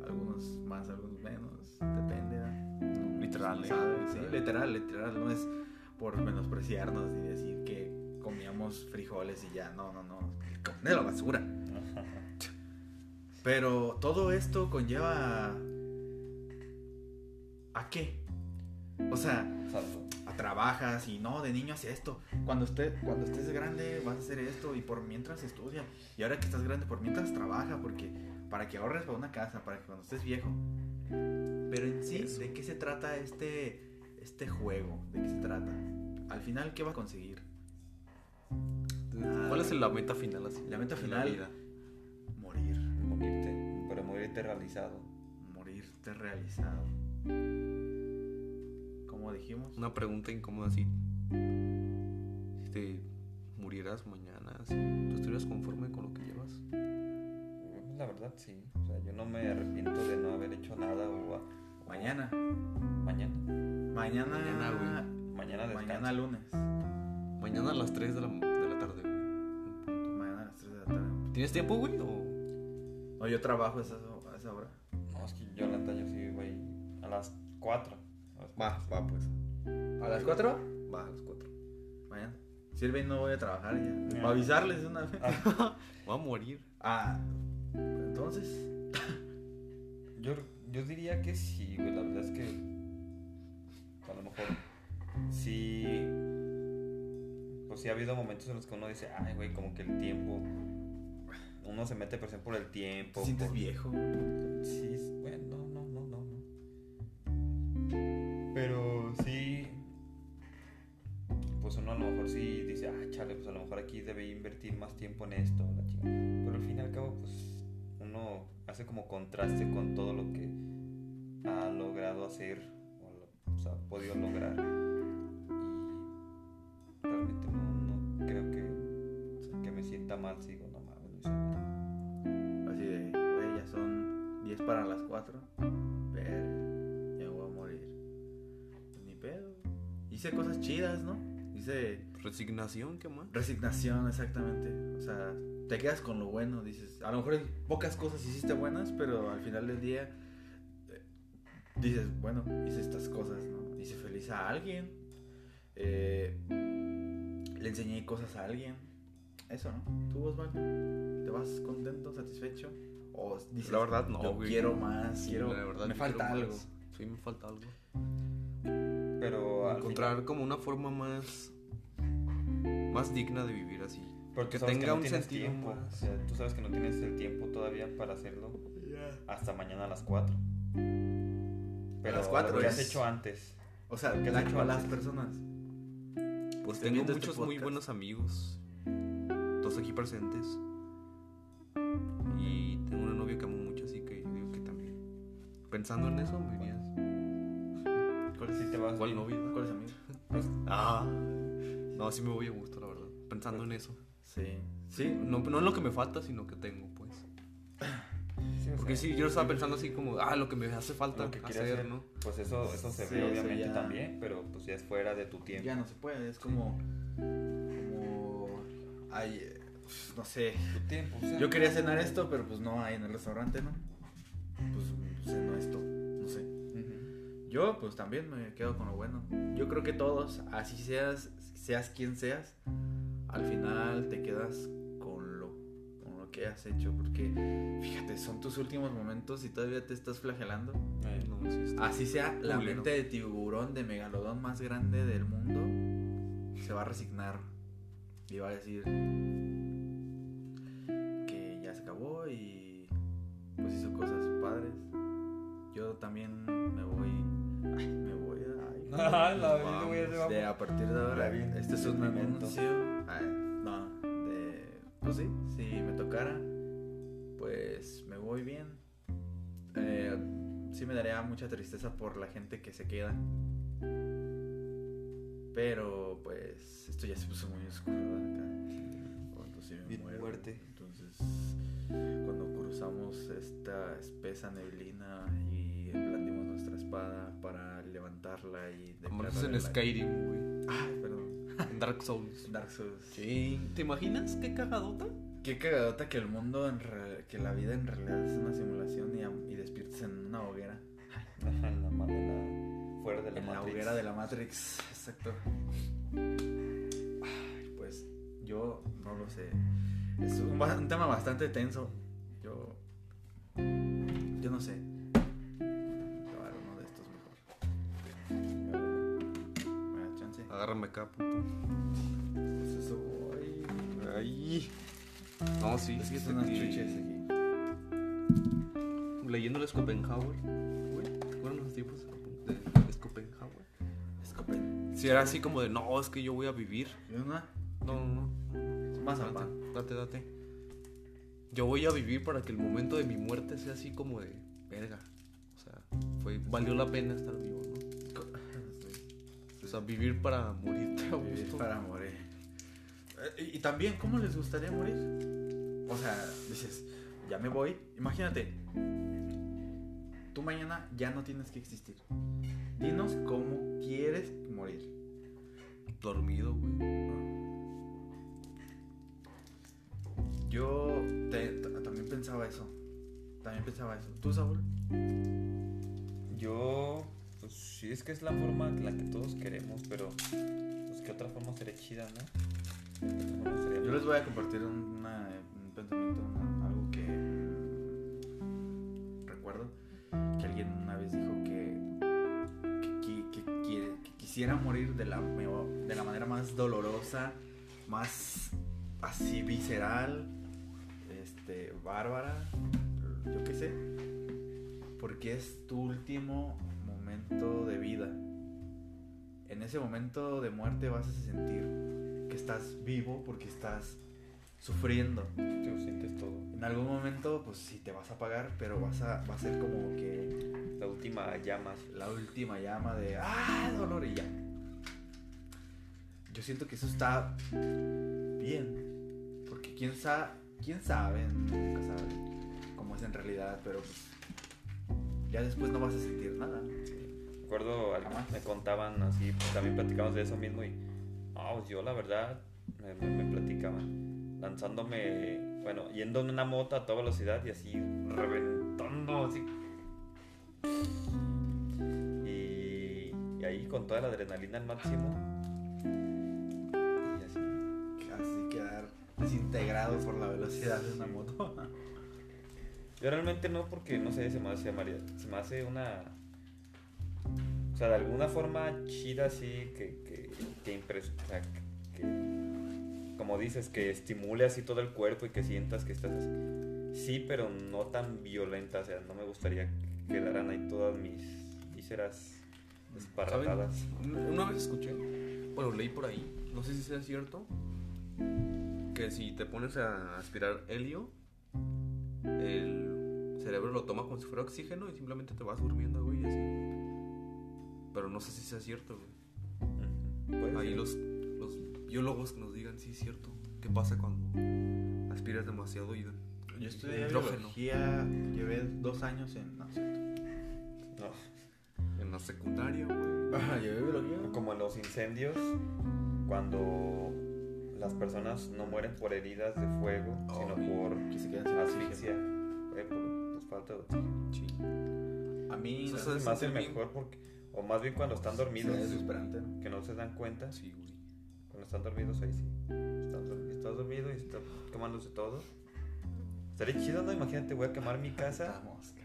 Algunos más, algunos menos. Depende. ¿verdad? No
Literal,
se
¿eh?
sabe, sí,
Literal.
literal, literal. No es por menospreciarnos ni decir que comíamos frijoles y ya. No, no, no. Comer de la basura. Pero todo esto conlleva. ¿A qué? O sea,
Salto.
a trabajas y no, de niño hacia esto. Cuando, esté, cuando estés grande vas a hacer esto y por mientras estudia. Y ahora que estás grande, por mientras trabaja, porque para que ahorres para una casa, para que cuando estés viejo. Pero en sí,
Eso.
¿de qué se trata este, este juego? ¿De qué se trata? Al final, ¿qué va a conseguir?
¿Cuál es es la meta final así?
La meta
de
final-
vida?
Morir.
Morirte, para morirte realizado.
Morirte realizado. Como dijimos.
Una pregunta incómoda así. Si te murieras mañana, así, ¿tú estuvieras conforme con lo que llevas?
La verdad, sí. O sea, yo no me arrepiento de no haber hecho nada o, a- o-
Mañana.
Mañana.
Mañana.
Mañana, güey.
Mañana descanso.
Mañana lunes.
Mañana a las 3 de la, de la tarde, güey. En punto.
Mañana a las 3 de la tarde.
¿Tienes tiempo, güey? O...
No, yo trabajo a esa, a esa hora.
No, es que yo la neta, yo sí, güey. A las 4.
Va, va, pues.
¿A las 4?
Va, a las 4.
Mañana. Sirve y no voy a trabajar ya.
Ya. Ah.
Para avisarles de una vez.
Voy a morir.
Ah, entonces.
Yo, yo diría que sí, güey. La verdad es que. A lo mejor. Sí. Pues sí ha habido momentos en los que uno dice, ay, güey, como que el tiempo. Uno se mete presión por el tiempo.
¿Te sientes
por-
viejo?
Sí, es- bueno, no, no, no, no. Pero sí. Pues uno a lo mejor sí dice, ah, chale, pues a lo mejor aquí debe invertir más tiempo en esto, la chingada". Pero al fin y al cabo, pues uno hace como contraste con todo lo que ha logrado hacer o, lo- o sea, ha podido lograr. Y realmente no, no creo que, que me sienta mal si digo, no mames, lo hice mal".
Así de, güey, ya son 10 para las 4. Pero, ya voy a morir. Pues ni pedo. Hice cosas chidas, ¿no? Hice
Resignación, ¿qué más?
resignación,
Mm.
exactamente. O sea, te quedas con lo bueno, dices. A lo mejor pocas cosas hiciste buenas, pero al final del día eh, dices, bueno, hice estas cosas, ¿no? Hice feliz a alguien. eh, le enseñé cosas a alguien. Eso, ¿no? ¿Tú, Osvaldo? ¿Te vas contento, satisfecho? O dices,
La verdad, no,
yo
güey.
quiero más,
Sí,
quiero.
la verdad,
me
yo
falta
quiero
algo.
más. Sí, me falta algo.
Pero al
Encontrar
final-
como una forma más. más digna de vivir así.
Porque
Que
sabes
tenga
que no
un
tienes
sentido
tiempo.
más.
O sea, tú sabes que no tienes el tiempo todavía para hacerlo hasta mañana a las 4. Pero
las cuatro pues.
lo que has
es-
hecho antes.
O sea,
¿Qué has
la-
hecho
las
antes?
personas.
Pues
Estoy
tengo
viendo este
muchos muy
podcast.
buenos amigos. Todos aquí presentes. Y tengo una novia que amo mucho, así que yo digo que también. Pensando en eso, me dirías.
¿Cuáles
Sí te vas
¿Cuál
bien.
novia?
¿Cuáles amigos?
Ah. No, sí me voy a gusto, la verdad. Pensando en eso.
Sí. Sí,
No, no en lo que me falta, sino que tengo, pues.
Sí, o
Porque
sea,
sí, yo estaba pensando así como, ah, lo que me hace falta
lo que quieres
hacer,
hacer,
¿no?
Pues eso, eso se
Sí,
ve
eso
obviamente
ya-
también, pero pues ya es fuera de tu tiempo.
ya no se puede, es como. Como. Ay, eh, no sé.
Tu tiempo, o sea,
Yo quería cenar esto, pero pues no hay en el restaurante, ¿no? Pues ceno esto, no sé.
Ujú.
Yo, pues también me quedo con lo bueno. Yo creo que todos, así seas, seas quien seas, al final te quedas con lo, con lo que has hecho. Porque, fíjate, son tus últimos momentos y todavía te estás flagelando.
Eh,
No, sí está.
Así sea la
Culero.
mente de tiburón de megalodón más grande del mundo, se va a resignar y va a decir que ya se acabó y pues hizo cosas padres. Yo también me voy, ay, me voy a. ay,
Ah,
nos
la vida, güey, ya se
vamos.
va.
De a partir de
La
ahora,
vida,
este es un
sentimiento.
anuncio. ay, no, de, pues sí, si me tocara, pues me voy bien. Eh, sí me daría mucha tristeza por la gente que se queda. Pero pues esto ya se puso muy oscuro acá. Cuando sí me
Bien
muero.
fuerte.
Entonces, cuando cruzamos esta espesa neblina y blandimos nuestra espada para levantarla y
Como
declararle
en
la-
Skyrim, güey.
Ah, perdón.
En Dark Souls.
Dark Souls.
Sí. ¿Te imaginas qué cagadota?
Qué cagadota que el mundo, en re- que la vida en realidad es una simulación y, am- y despiertes en una hoguera.
ajá, en la ma- en la- fuera de la
en la
Matrix.
hoguera de la Matrix, exacto. Ay, Pues yo no lo sé. Es un, ba- un tema bastante tenso. Yo. Yo no sé. Grabar uno de estos mejor. Me da chance.
Agárrame acá, puto.
Pues eso voy.
Ay. No, sí.
Es que
sí,
son unas
sí.
chuches aquí.
Leyendo el Schopenhauer. Güey, ¿te acuerdas los tipos de Schopenhauer?
Escopeta.
Si era así como de, no, es que yo voy a vivir.
Y una.
No, no, no.
Más pan.
Date, date. Yo voy a vivir para que el momento de mi muerte sea así como de verga. O sea, fue, valió la pena estar vivo, ¿no? O sea, vivir para morirte a gusto.
Vivir para morir. Eh, Y y también, ¿cómo les gustaría morir? O sea, dices, ya me voy. Imagínate, tú mañana ya no tienes que existir. Dinos cómo quieres morir.
Dormido, güey.
Yo te- t- también pensaba eso. También pensaba eso. ¿Tú, Saúl?
Yo, pues sí, es que es la forma en la que todos queremos, pero pues qué otra forma sería chida, ¿no? ¿Qué otra forma sería
Yo les voy a compartir un- una- un pensamiento, una- algo que mm, recuerdo que alguien una vez dijo que, que, qui- que quiere- que quisiera morir de la, meo- de la manera más dolorosa, más así visceral, este, bárbara, yo qué sé, porque es tu último momento de vida. En ese momento de muerte vas a sentir que estás vivo porque estás sufriendo.
Tú sientes todo.
En algún momento, pues sí te vas a apagar, pero vas a, va a ser como que
La última llama. así.
la última llama de ¡Ah, dolor! Y ya. Yo siento que eso está bien. Porque quién sabe, quién sabe, nunca sabe cómo es en realidad, pero pues, ya después no vas a sentir nada.
Recuerdo, al-
Jamás.
me contaban así, pues, también platicamos de eso mismo y, ah, pues, yo la verdad, me, me- me platicaban, lanzándome, bueno, yendo en una moto a toda velocidad y así reventando, así. Y, y ahí con toda la adrenalina al máximo. Y así.
Así quedar desintegrado por la velocidad de una moto.
Yo realmente no, porque no sé, se me hace, se me haría- se me hace una. O sea, de alguna forma chida, así que. que, que impres- o sea, que- que- Como dices, que estimule así todo el cuerpo y que sientas que estás así. Sí, pero no tan violenta, o sea, no me gustaría que quedaran ahí todas mis vísceras desparratadas.
Una vez escuché, bueno, leí por ahí, no sé si sea cierto, que si te pones a aspirar helio, el cerebro lo toma como si fuera oxígeno y simplemente te vas durmiendo, güey, y así. Pero no sé si sea cierto, güey.
Ujú. Puede
Ahí
ser.
los, los biólogos que nos digan si es cierto, qué pasa cuando aspiras demasiado y
Yo estudié
Hidrógeno.
biología, llevé dos años en... No, cierto.
No.
en la secundaria, güey.
llevé biología.
Como en los incendios, cuando las personas no mueren por heridas de fuego, sino
Ay.
por.
Que se quedan sin
Ah,
asfixia
oxígeno.
eh, por, por falta de oxígeno.
Sí.
A mí
Eso
no
es
sé,
Entonces,
Se me hace
sentir bien.
mejor porque, o más bien cuando están
se
dormidos,
ve desesperante, ¿no?
que no se dan cuenta,
Sí, güey.
cuando están dormidos ahí sí. Están dor- Estás dormido y estás quemándose todo. Estaría chido, ¿no? Imagínate, voy a quemar mi
La
casa,
mosca.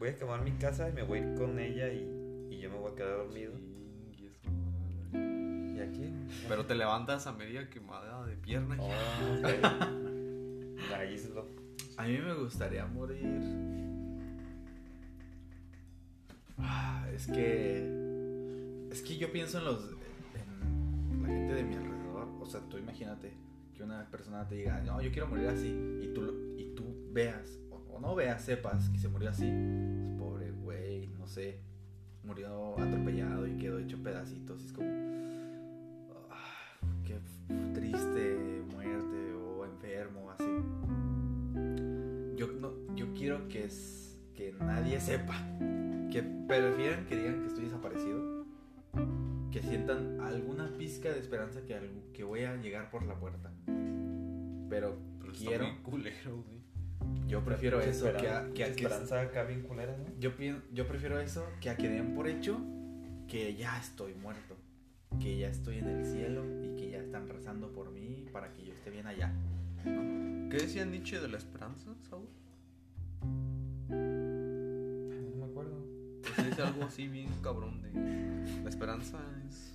voy a quemar mi casa y me voy a ir con ella y, y yo me voy a quedar dormido.
Chingue su madre.
¿Y aquí?
Pero te levantas a media quemada de pierna.
Oh, ok. La isla.
A mí me gustaría morir. Ah, Es que. Es que yo pienso en los. En la gente de mi alrededor. O sea, tú imagínate que una persona te diga, no, yo quiero morir así. Y tú, lo- y tú veas, o, o no veas, sepas que se murió así. pues, Pobre güey, no sé. Murió atropellado y quedó hecho pedacitos. Y es como. ah, qué f- triste muerte o enfermo, así. Yo, no, yo quiero que, es, que nadie sepa. Que prefieran que digan que estoy desaparecido. Que sientan alguna pizca de esperanza que, algu- que voy a llegar por la puerta. Pero,
Pero está
quiero.
muy culero, güey.
Yo prefiero eso que a- que, a que-
esperanza acá bien culera, ¿no?
yo, pien- yo prefiero eso que a que den por hecho que ya estoy muerto, que ya estoy en el cielo y que ya están rezando por mí para que yo esté bien allá.
¿Qué decía Nietzsche de la esperanza, Saúl?
No me acuerdo.
Pues dice algo así bien cabrón de... La esperanza es...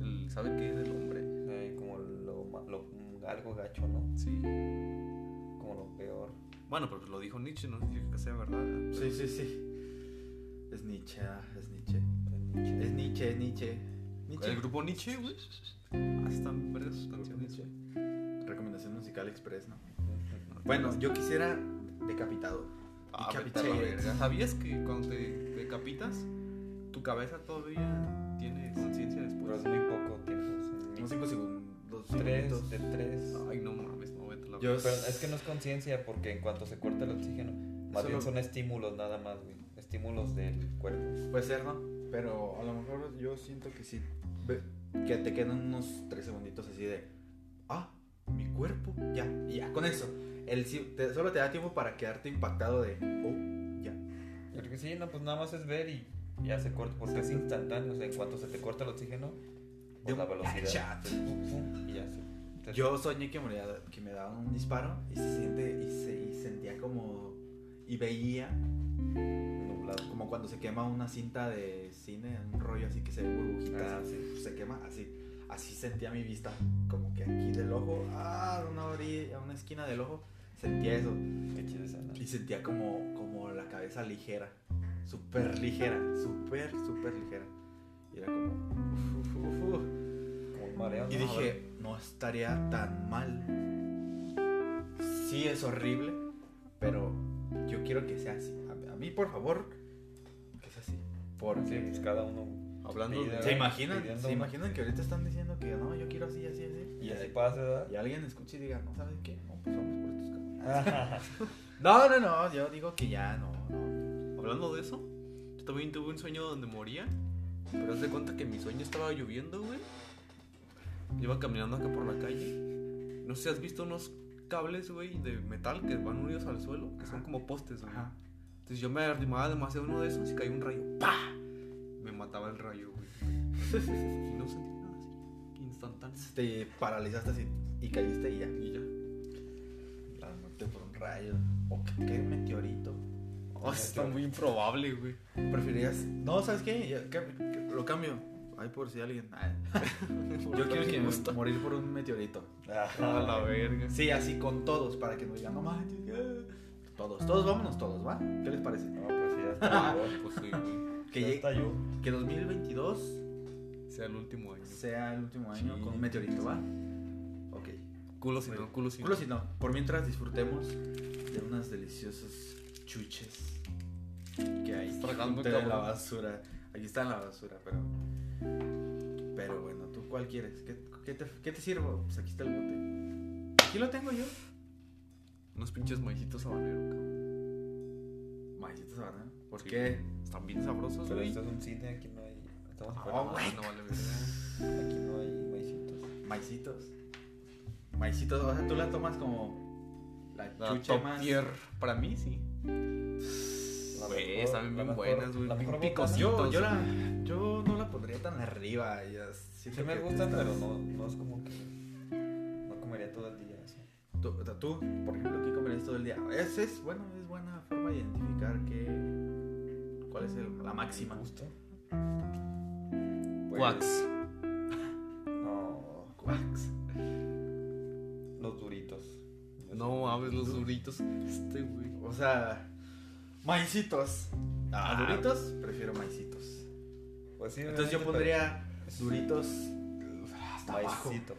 El, ¿Sabe qué es el hombre?
Eh, como lo, ma- lo- algo gacho, ¿no?
Sí.
Como lo peor.
Bueno, pero lo dijo Nietzsche, no significa que sea verdad. pero-
Sí, sí, sí. Es Nietzsche, ah, es Nietzsche. Es
Es-
Nietzsche, es Nietzsche. Nietzsche.
El grupo Nietzsche, güey. Ah, están varias
Grupo
canciones.
Nietzsche. AliExpress, ¿no? Bueno, yo quisiera decapitado.
Ah, vete a la
Decapitado.
verga. ¿Sabías que cuando te decapitas, tu cabeza todavía tiene conciencia
Pero
después?
es muy poco tiempo.
Unos 5 segundos.
son Tres,
minutos.
de tres.
Ay, no mames, no vete a la
Yo-
verga.
Pero es que no es conciencia porque en cuanto se corta el oxígeno, más
Eso
bien
lo-
son estímulos nada más, güey. Estímulos del cuerpo.
Puede ser, ¿no? Pero a lo mejor yo siento que sí. Ve- Que te quedan unos 3 segunditos así de. Ah, mi cuerpo. Ya, y ya, con eso. El, si- te- solo te da tiempo para quedarte impactado de. Oh, ya.
Porque sí, no, pues nada más es ver y ya se corta, porque es instantáneo. O sea, en cuanto se te corta el oxígeno,
De
de la
un
velocidad.
cachazo.
pum, pum, y ya se. te-
ah, Yo soñé que me, da- que me daban un disparo y se siente y, se, y sentía como y veía
Nublado.
como cuando se quema una cinta de cine, un rollo así que se ve burbujita,
Ah, sí,
se quema así. Así sentía mi vista, como que aquí del ojo, ah, a una orilla, a una esquina del ojo, sentía eso
Qué chido esa, ¿no?
y sentía como como la cabeza ligera, súper ligera, súper súper ligera. Y era como uf, uf, uf, uf.
Como un mareo.
Y
¿no?
dije, no estaría tan mal. Sí es horrible, pero yo quiero que sea así. A, a mí, por favor, que sea así.
Sí,
Porque...
pues cada uno.
Hablando de...
Pues, ¿Se imaginan,
pidiendo
¿Se
una-
imaginan que ahorita están diciendo que no, yo quiero así, así, así?
Y así pasa, ¿verdad?
Y alguien escuche y diga, no, ¿sabes qué? No, pues vamos por estos caminos. no, no, no, yo digo que ya, no, no.
Hablando de eso, yo también tuve un sueño donde moría. Pero haz de cuenta que en mi sueño estaba lloviendo, güey. Iba caminando acá por la calle. No sé si has visto unos cables, güey, de metal que van unidos al suelo, que son
Ajá.
como postes, güey.
Ajá.
Entonces yo me arrimaba demasiado a uno de esos y caía un rayo. ¡Pah! Me mataba el rayo, güey. y no sentí nada así. Instantáneo.
Te paralizaste así y caíste y ya.
Y ya.
La muerte por un rayo. O que que meteorito.
Oh, está muy improbable, güey.
¿Preferirías? No, ¿sabes qué? Ya, cam- que- lo cambio. Ay, por si alguien. Ay. Yo quiero que me gusta morir por un meteorito.
A
Ajá.
la verga.
Sí, así con todos, para que no digan, no manches. ah". Todos, todos, vámonos todos, ¿va? ¿Qué les parece?
No, pues sí, ya está. yo.
Pues sí, güey.
Que,
Ya
llegue-
está yo.
que 2022
Sea el último año.
sea el último año
Sí.
con un meteorito, ¿va? Ok.
Culo si no, culo si no.
Culo si no. Por mientras disfrutemos de unas deliciosas chuches que hay
Tragando,
junto de la
cabrón.
basura. Aquí está en la basura, pero. Pero bueno, ¿tú cuál quieres? ¿Qué, qué te, qué te sirvo? Pues aquí está el bote. Aquí lo tengo yo.
Unos pinches maicitos habanero, cabrón.
Maicitos habanero. ¿Por
Sí.
qué?
Están bien sabrosos,
Pero
güey.
esto es un cine, aquí no hay. Estamos
Ah,
afuera.
No,
güey.
no vale verga.
Aquí no hay maicitos.
Maicitos. Maicitos, o sea, tú la tomas como la
La
chuche
top
más.
tier, Para mí, sí.
La
Güey,
mejor-
saben
la
bien
mejor-
buenas, güey.
la
Bien
mejor
picositas.
Yo, yo, la, yo no la pondría tan arriba. ya siento
Sí me
que te
gustan,
estás-
pero no, no es como que. No comería todo el día eso.
Tú, o sea, tú, por ejemplo, ¿qué comerías todo el día? Es, es, bueno, es buena forma de identificar que, cuál es el- la máxima.
gusto?
Quacks.
Pues, No,
Quacks.
los duritos. Yo soy-
No mames, los duritos. Este, güey.
O sea, maicitos.
Ah,
Ah, duritos, prefiero maicitos.
Pues sí,
Entonces yo
obviamente,
pondría duritos hasta
pero
abajo.
Maicito.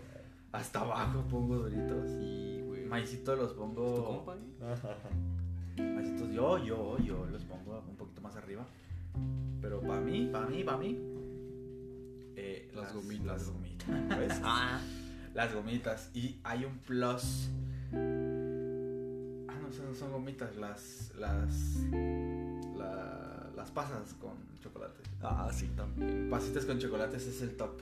Hasta abajo pongo duritos.
Sí, güey.
Maicitos los
¿Es tu
pongo.
compa, güey?
Maicitos yo, yo, yo los pongo un poquito más arriba. Pero para mí, para mí, para mí. eh,
Las gomitas.
Las gomitas. ¿Ves?
Ah.
las gomitas y hay un plus ah no son, son gomitas las las la- las pasas con chocolate
Ah, sí, también.
pasitas con chocolates es el top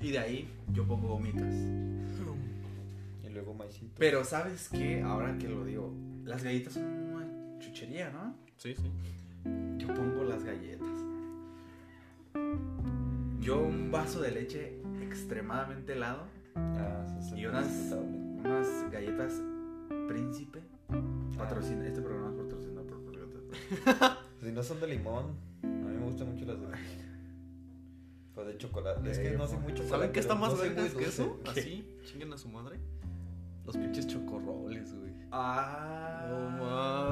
y de ahí yo pongo gomitas
Y luego maicito.
pero sabes qué ahora que lo digo las galletas son una chuchería no
Sí, sí.
yo pongo las galletas yo un vaso de leche extremadamente helado
Ah, sí, sí,
Y unas-
disfrutable.
unas galletas príncipe. Patrocina, este programa es patrocinado por, por galletas.
Si no son de limón, a mí me gustan mucho las de limón. O de chocolate. Es que no soy muy chocolate.
¿Saben qué está
pero
más
no soy
vergas
muy
que eso?
dulce.
Así, chinguen a su madre. Los pinches chocorroles, güey.
Ah,
No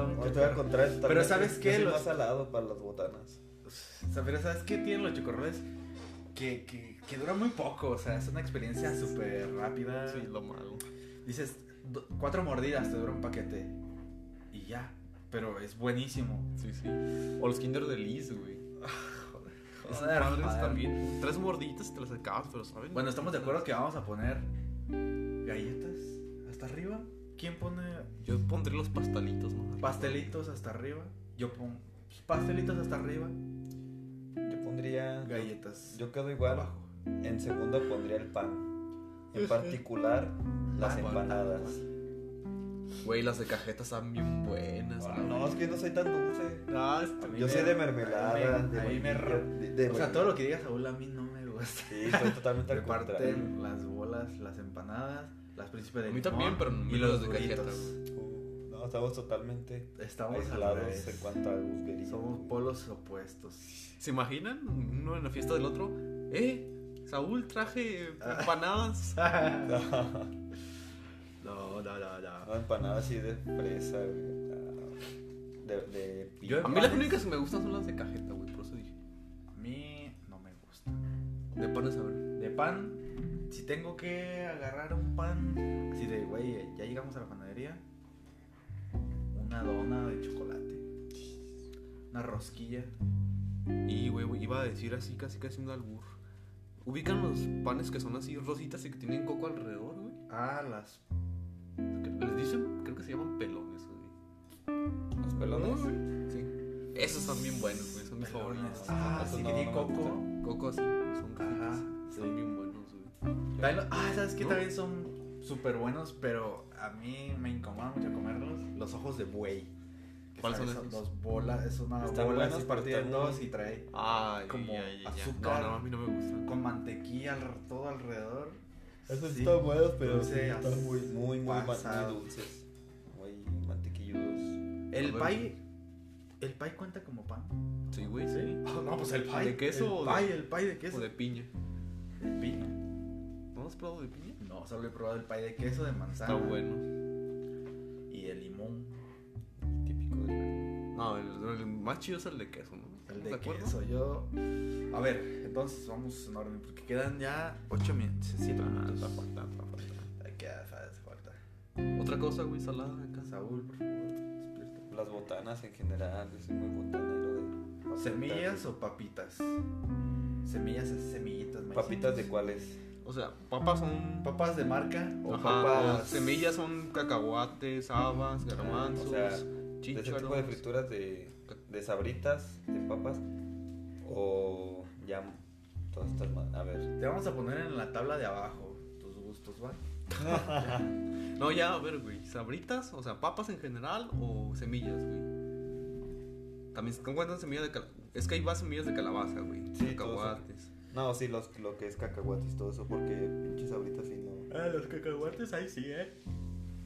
mames.
No te voy a contar esto también,
¿sabes
yo
qué?
soy
Los-
más salado para las botanas.
O sea, pero ¿sabes qué tienen los chocorroles? Que, que, que dura muy poco, o sea, es una experiencia súper rápida.
Sí, lo malo.
dices, "Do- cuatro mordidas te dura un paquete. Y ya. Pero es buenísimo.
Sí, sí. O los Kinder de Liz, güey. Esas
Joder,
madres
joder.
también. Tres morditas te las acabas, pero saben.
Bueno, estamos de acuerdo que vamos a poner galletas hasta arriba. ¿Quién pone
Yo pondré los pastelitos, más.
pastelitos hasta arriba? Yo pongo pastelitos hasta arriba,
Yo pondría.
galletas.
Yo quedo igual.
abajo.
En segundo pondría el pan. En particular, las
Ah, pan.
empanadas.
Güey, las de cajetas están bien buenas.
Ah,
güey.
no, es que no soy tan dulce.
Ah,
A
este-
mí
Yo
me-
soy de
a mí me-
mermelada. de
a mí me
vainilla,
re-
de- de
O sea, todo
vainilla.
lo que diga Saúl a mí no me gusta.
Sí, soy totalmente
Me
al contrario.
parten las bolas, las empanadas, las príncipes de
A mí también, pero no me los de cajeta,
Uh, No, estamos totalmente
Estamos al
aislados
revés.
en cuanto a gusguería.
Somos polos opuestos.
¿Se imaginan? Uno en la fiesta del otro. ¡Eh! Saúl, traje eh, empanadas.
no,
No,
no, no, no.
empanadas así de fresa, güey. Ah, De, de
Yo-
A mí las
panes.
únicas que me gustan son las de cajeta, güey. Por eso dije.
A mí no me gusta.
De panes a ver.
De pan, si tengo que agarrar un pan, así de, güey, ya llegamos a la panadería, una dona de chocolate, una rosquilla.
Y, güey, güey, iba a decir así, casi casi un albur. Ubican los panes que son así rositas y que tienen coco alrededor, güey.
Ah, las...
Les dicen, creo que se llaman pelones, güey.
Los pelones.
Sí. Esos son bien buenos, güey. Son mis
pelonas.
favoritos.
Ah,
Esos
sí,
no,
que tiene
no me
coco.
gustan.
Coco así. Son
Ajá,
rositas.
sí.
Son bien buenos, güey.
También lo- Ah, ¿sabes qué?
¿No?
También son súper buenos, pero a mí me incomoda mucho comerlos. Los ojos de buey. que
¿Cuáles son
saben,
esos?
Dos bolas, es una
Están
bola
buenos,
así
pero
partida en
están muy-
dos y trae
Ay,
Como
ya, ya, ya.
azúcar.
No, no, a mí no me gusta.
con mantequilla al- todo alrededor.
Esos
Sí.
están buenos, pero
Dulce,
sí, están muy,
as-
muy, muy, ma- muy
pasado.
dulces. Muy mantequilludos.
El
ver.
pay. ¿El pay cuenta como pan?
Sí, güey, sí.
Ah, no, pues el pay.
¿De queso o
El
de-
pay, el pay de queso.
O de piña.
de pino.
¿No has probado de piña? Ah.
No, solo he probado el pay de queso, de
Está
manzana.
bueno.
Y de limón.
Típico de.
No, el, el más chido es el de queso, ¿no?
El
¿Estamos
de
acuerdo?
queso, yo. A ver, entonces vamos en orden, porque quedan ya 8 minutos, 7 minutos.
Ah, falta, falta, falta.
Ay, queda falta, falta.
Otra cosa, güey, salada en casa.
Saúl, por favor, despierta.
Las botanas en general, yo soy muy botanero de. papitas.
¿Semillas o papitas? Semillas es semillitas, maicitos.
¿Papitas de cuáles?
O sea, papas son.
¿Papas de marca o
Ajá, pues.
papas.
o semillas son cacahuates, habas, garbanzos,
o sea, ¿De ese tipo de
chícharos.
frituras de, de sabritas, de papas? ¿O ya todas estas ma- A ver.
Te vamos a poner en la tabla de abajo tus gustos, ¿va?
No, ya, a ver, güey. Sabritas, o sea, papas en general o semillas, güey. También se encuentran semillas de calabaza. Es que ahí va semillas de calabaza, güey.
Sí,
cacahuates.
No, sí, los, lo que es cacahuates, todo eso, porque pinches sabritas sí no.
Ah, los cacahuates, ahí sí, ¿eh?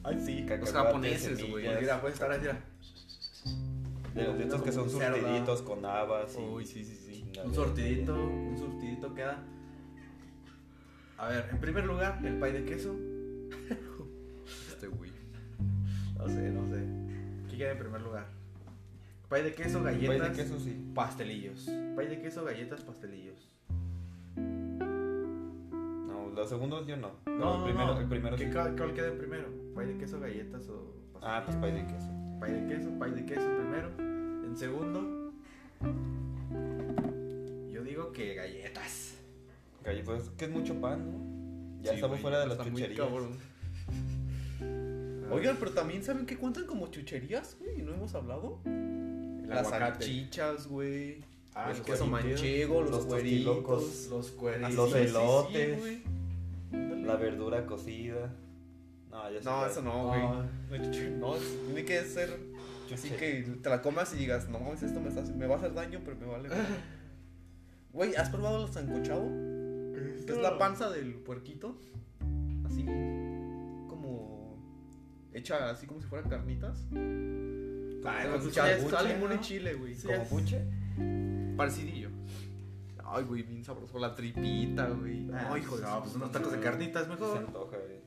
Ahí sí.
Cacahuates,
japoneses, güey.
semillas,
Mira, puedes estar ahí, mira.
De los de estos que son
Como cerda.
surtiditos con habas y.
Uy, sí, sí, sí.
chingadera.
Un sortidito, un sortidito queda. A ver, en primer lugar, el pay de queso.
Este, güey.
No sé, no sé. ¿Qué queda en primer lugar? Pay de queso, galletas,
Pues de queso sí.
pastelillos. Pay de queso, galletas, pastelillos.
No, los segundos yo no. Pero
No,
el
no,
primero,
no.
el primero
¿Qué
sí.
ca- ¿Cuál queda en primero? ¿Pay de queso, galletas o pastelillos?
Ah, pues pay de queso.
Pay de queso, pay de queso primero. En segundo, yo digo que galletas.
Galletas, que es mucho pan, ¿no? Ya
Sí,
estamos
güey,
fuera de las
está muy
chucherías.
cabrón. Oigan, pero también saben que cuentan como chucherías, güey, no hemos hablado. Las
aguacate.
salchichas, güey.
Ah,
el
los
queso
cueritos,
manchego, los,
los
cueritos.
tostilocos,
Los cueritos.
Ah, los
Sí, sí, sí,
elotes.
güey.
La verdura cocida. No, ya
No,
sé.
eso no, güey. No, es- tiene que ser así
sé.
que te la comas y digas, no mames, esto me, está- me va a hacer daño, pero me vale. verga". Güey, ¿has probado el sancochado? Que es la panza del puerquito. Así como hecha así como si fueran carnitas.
Ah,
Pero
con
pues
sal-
ya es
buche,
sal, limón y
¿no?
chile, güey.
Sí,
¿Como
es-
buche?
Parecidillo. Ay, güey, bien sabroso. La tripita, güey.
Ah,
No, hijo de
no,
su
pues
puta
unos tacos de
madre.
carnitas
Se
mejor.
antoja, güey.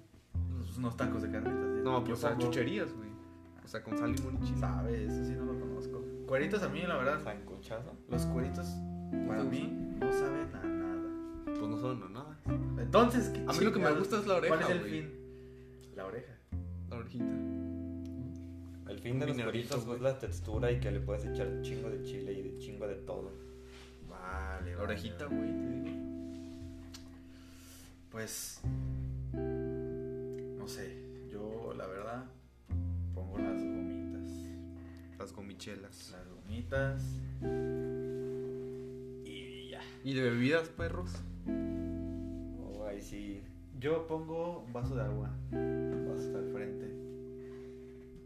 Pues unos tacos de carnitas. ¿sí?
No, pues
Yo
a
pongo-
chucherías, güey. O sea, con sal, limón y chile.
Sabe, eso sí no lo conozco. Cueritos a mí, la verdad.
¿Sancochado?
Los cueritos para
te
mí no saben a nada.
Pues no son nada.
Entonces, ¿qué
A mí lo que me
chingados?
gusta es la oreja,
¿Cuál es el
güey.
fin? La oreja.
La orejita.
El fin de los
Minervitos,
cueritos
güey.
es la textura y que le puedes echar chingo de chile y de chingo de todo.
Vale,
La
vale,
orejita,
vale.
güey, te digo.
Pues. No sé. Yo, la verdad, pongo las gomitas.
Las gomichelas.
Las gomitas. Y ya.
¿Y de bebidas, perros?
Oh, ahí sí.
Yo pongo un vaso de agua. Hasta el frente.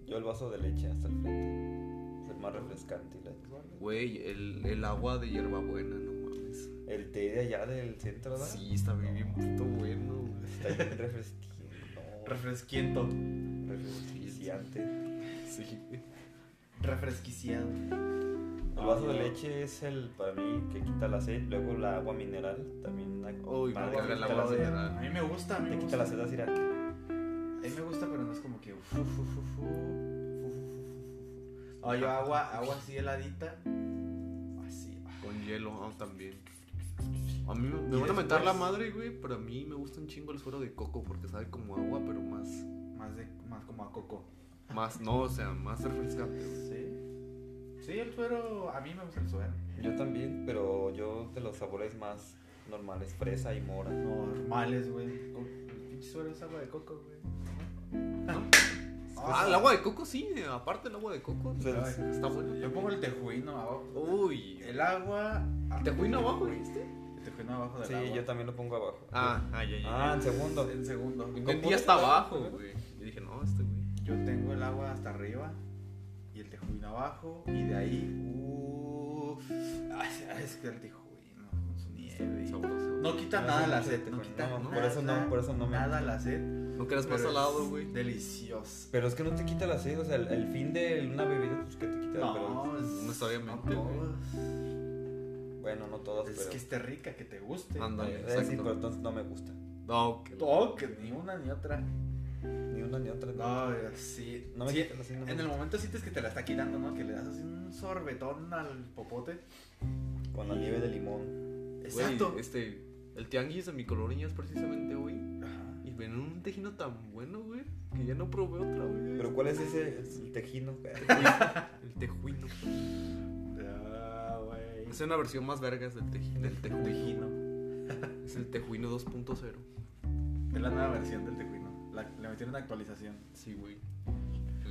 Yo el vaso de leche hasta el frente. Es el más refrescante. y la-
Güey, el, el agua de hierbabuena, no mames.
El té de allá del centro, ¿verdad?
Sí, está bien, bien puto bueno, güey.
Está bien refresquito.
Refresquiento.
Refresquiciante.
Sí.
Refresquiciado.
El vaso de leche es el, para mí, que quita la sed. Luego la agua mineral. También una
Uy, me
madre
caga la
que quita la
agua
sed.
mineral.
A mí me gusta, a mí
Te
me
quita
gusta.
la sed así, mira.
A mí me gusta, pero no es como que. fu, fu, fu, fu, fu, fu, fu, fu, fu. Ah, yo agua, agua así heladita. Así. ah.
Con hielo, ah, también. A mí me- me van a mentar
después?
la madre, güey, pero a mí me gusta un chingo el suero de coco porque sabe como agua, pero más.
Más, de, más como a coco.
Más, no, o sea, más refrescante.
Sí. Sí, el suero. A mí me gusta el suero.
Yo también, pero yo de los sabores más normales, fresa y mora.
Normales, güey. Co- El pinche suero es agua de coco, güey.
Ah, el agua de coco, sí, aparte el agua de coco.
O sea,
Ay.
Está bueno.
Yo pongo el tejuino abajo.
Uy.
El agua.
¿Te juino abajo, dijiste?
El tejuino abajo del
Sí,
agua.
yo también lo pongo abajo.
Ah, ah, ya, ya.
Ah, en segundo.
El segundo.
Mentí hasta abajo, güey. Yo dije, no, este güey.
Yo tengo el agua hasta arriba y el tejuino abajo y de ahí, uh, ay, ay, es que el tejuino con su nieve. y-
Sabroso.
No quita
No,
nada
sí,
la
mucho
sed,
tejuino,
no quita
no,
nada,
por eso no- por eso no me
nada la sed.
No quedas más
pero
salado,
es
güey.
Delicioso.
Pero es que no te quita la sed, o sea, el, el fin de una bebida, pues que te quita pero-
No, es,
necesariamente,
no
güey.
todas.
Bueno, no todas,
Es
pero.
que esté rica, que te guste.
Ándale,
Eh, sí, pero
exacto.
entonces no me gusta.
No, que-
No, que ni una ni otra.
Ni una ni otra.
No, sí.
No me
sí,
quita la sed, no me
en el
gusta.
momento sientes que te la está quitando, ¿no? Que le das así un sorbetón al popote.
Con la nieve de limón.
Güey,
Exacto.
este, el tianguis de mi colonia es precisamente hoy.
Ajá.
Y ven un tejino tan bueno, güey, que ya no probé otra vez.
Pero ¿cuál es ese? Es el tejino.
El tejuino.
Ah, güey.
Es una versión más vergas del, teji- del tejuino.
tejuino.
Es el tejuino 2.0.
Es la nueva versión del tejuino. La- le metieron una actualización.
Sí, güey.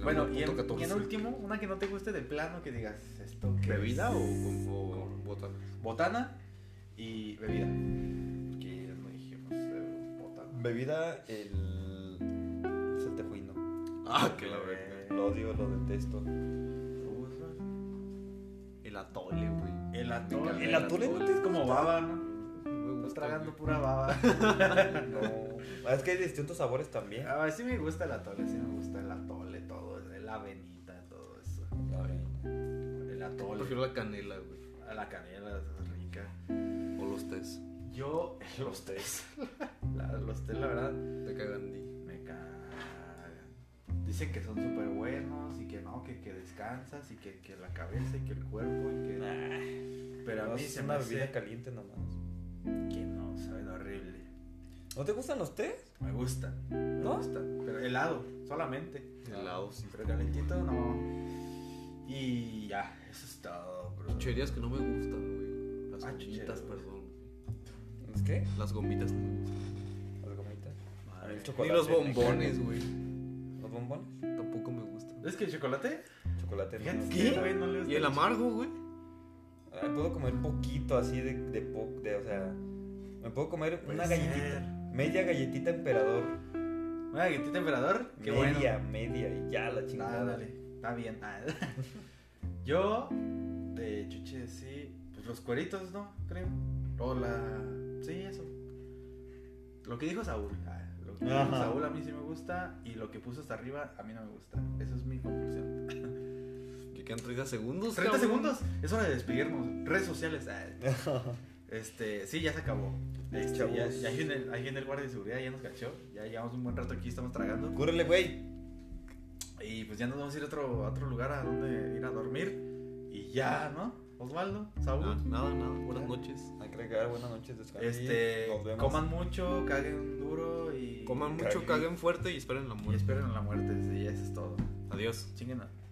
bueno, y en, y en último, una que no te guste de plano que digas esto. qué
¿Bebida
es?
o, o, o botanas?
Botana y bebida. Que ya no dijimos eh, botana.
Bebida, el. Es el tejuino.
Ah, que la verga.
Lo odio, lo detesto.
El atole, güey.
El
encanta
atole.
el El atole no atole. te
es como baba, ¿no?
Me
Estás
gusta,
tragando
güey.
pura baba.
No. Ah, Es que hay distintos sabores también.
A ver, sí me gusta el atole, sí me gusta el atole, todo, la avenita, todo eso. El atole.
Prefiero la canela, güey.
A la canela es rica.
O los tés.
Yo, los tres. La- los tres, la verdad,
Te cagan, di.
me cagan. Dicen que son súper buenos y que no, que, que descansas y que, que la cabeza y que el cuerpo y que. Pero a mí
es
se me
una bebida
hace
caliente nomás.
que no, saben horrible.
¿No te gustan los tés?
Me gusta, me
¿No?
gusta. Pero helado, solamente.
Helado, sí.
Pero calentito, no. Y ya, eso es todo, bro.
Chucherías que no me gustan, güey. Las
Ah,
gomitas,
chucherías.
perdón. güey.
¿Es qué?
Las gomitas no me gustan.
Las gomitas.
Madre.
El
Ni
chocolate.
los bombones, güey.
¿Los bombones?
Tampoco me gustan.
¿Es que el chocolate?
Chocolate.
Fíjate,
no.
que, güey, no le gusta
Y el
chocolate.
amargo, güey.
Ay, puedo comer poquito así de, de, po- de, o sea, me puedo comer
Puede
una
ser.
galletita, media galletita emperador,
Una galletita emperador, qué bueno.
media, media y ya la chingada.
Nada, dale. Está bien. ah. Yo, de chuche, sí. Pues los cueritos, ¿no? Creo. O la. Sí, eso. Lo que dijo Saúl. ah, Lo que dijo
Ajá.
Saúl a mí sí me gusta. Y lo que puso hasta arriba a mí no me gusta. Eso es mi conclusión.
Que quedan 30 segundos.
30
cabrón.
segundos. Es hora de despedirnos. Redes sociales. ah. Este, sí, ya se acabó. Este,
Chavos.
ya, ya ahí en el, ahí en el guardia de seguridad ya nos cachó. Ya llevamos un buen rato aquí, estamos tragando.
Cúrele, güey.
Y pues ya nos vamos a ir a otro, a otro lugar a donde ir a dormir. Y ya, ¿no? Osvaldo, Saúl.
Ah, nada, nada. Buenas noches.
Hay que agregar buenas noches, descansen.
este,
Nos vemos.
coman mucho, caguen duro y.
Coman mucho,
Caguen.
caguen fuerte y esperen la
Y
muerte.
esperen la muerte, sí, eso es todo.
Adiós.
Chinguen a-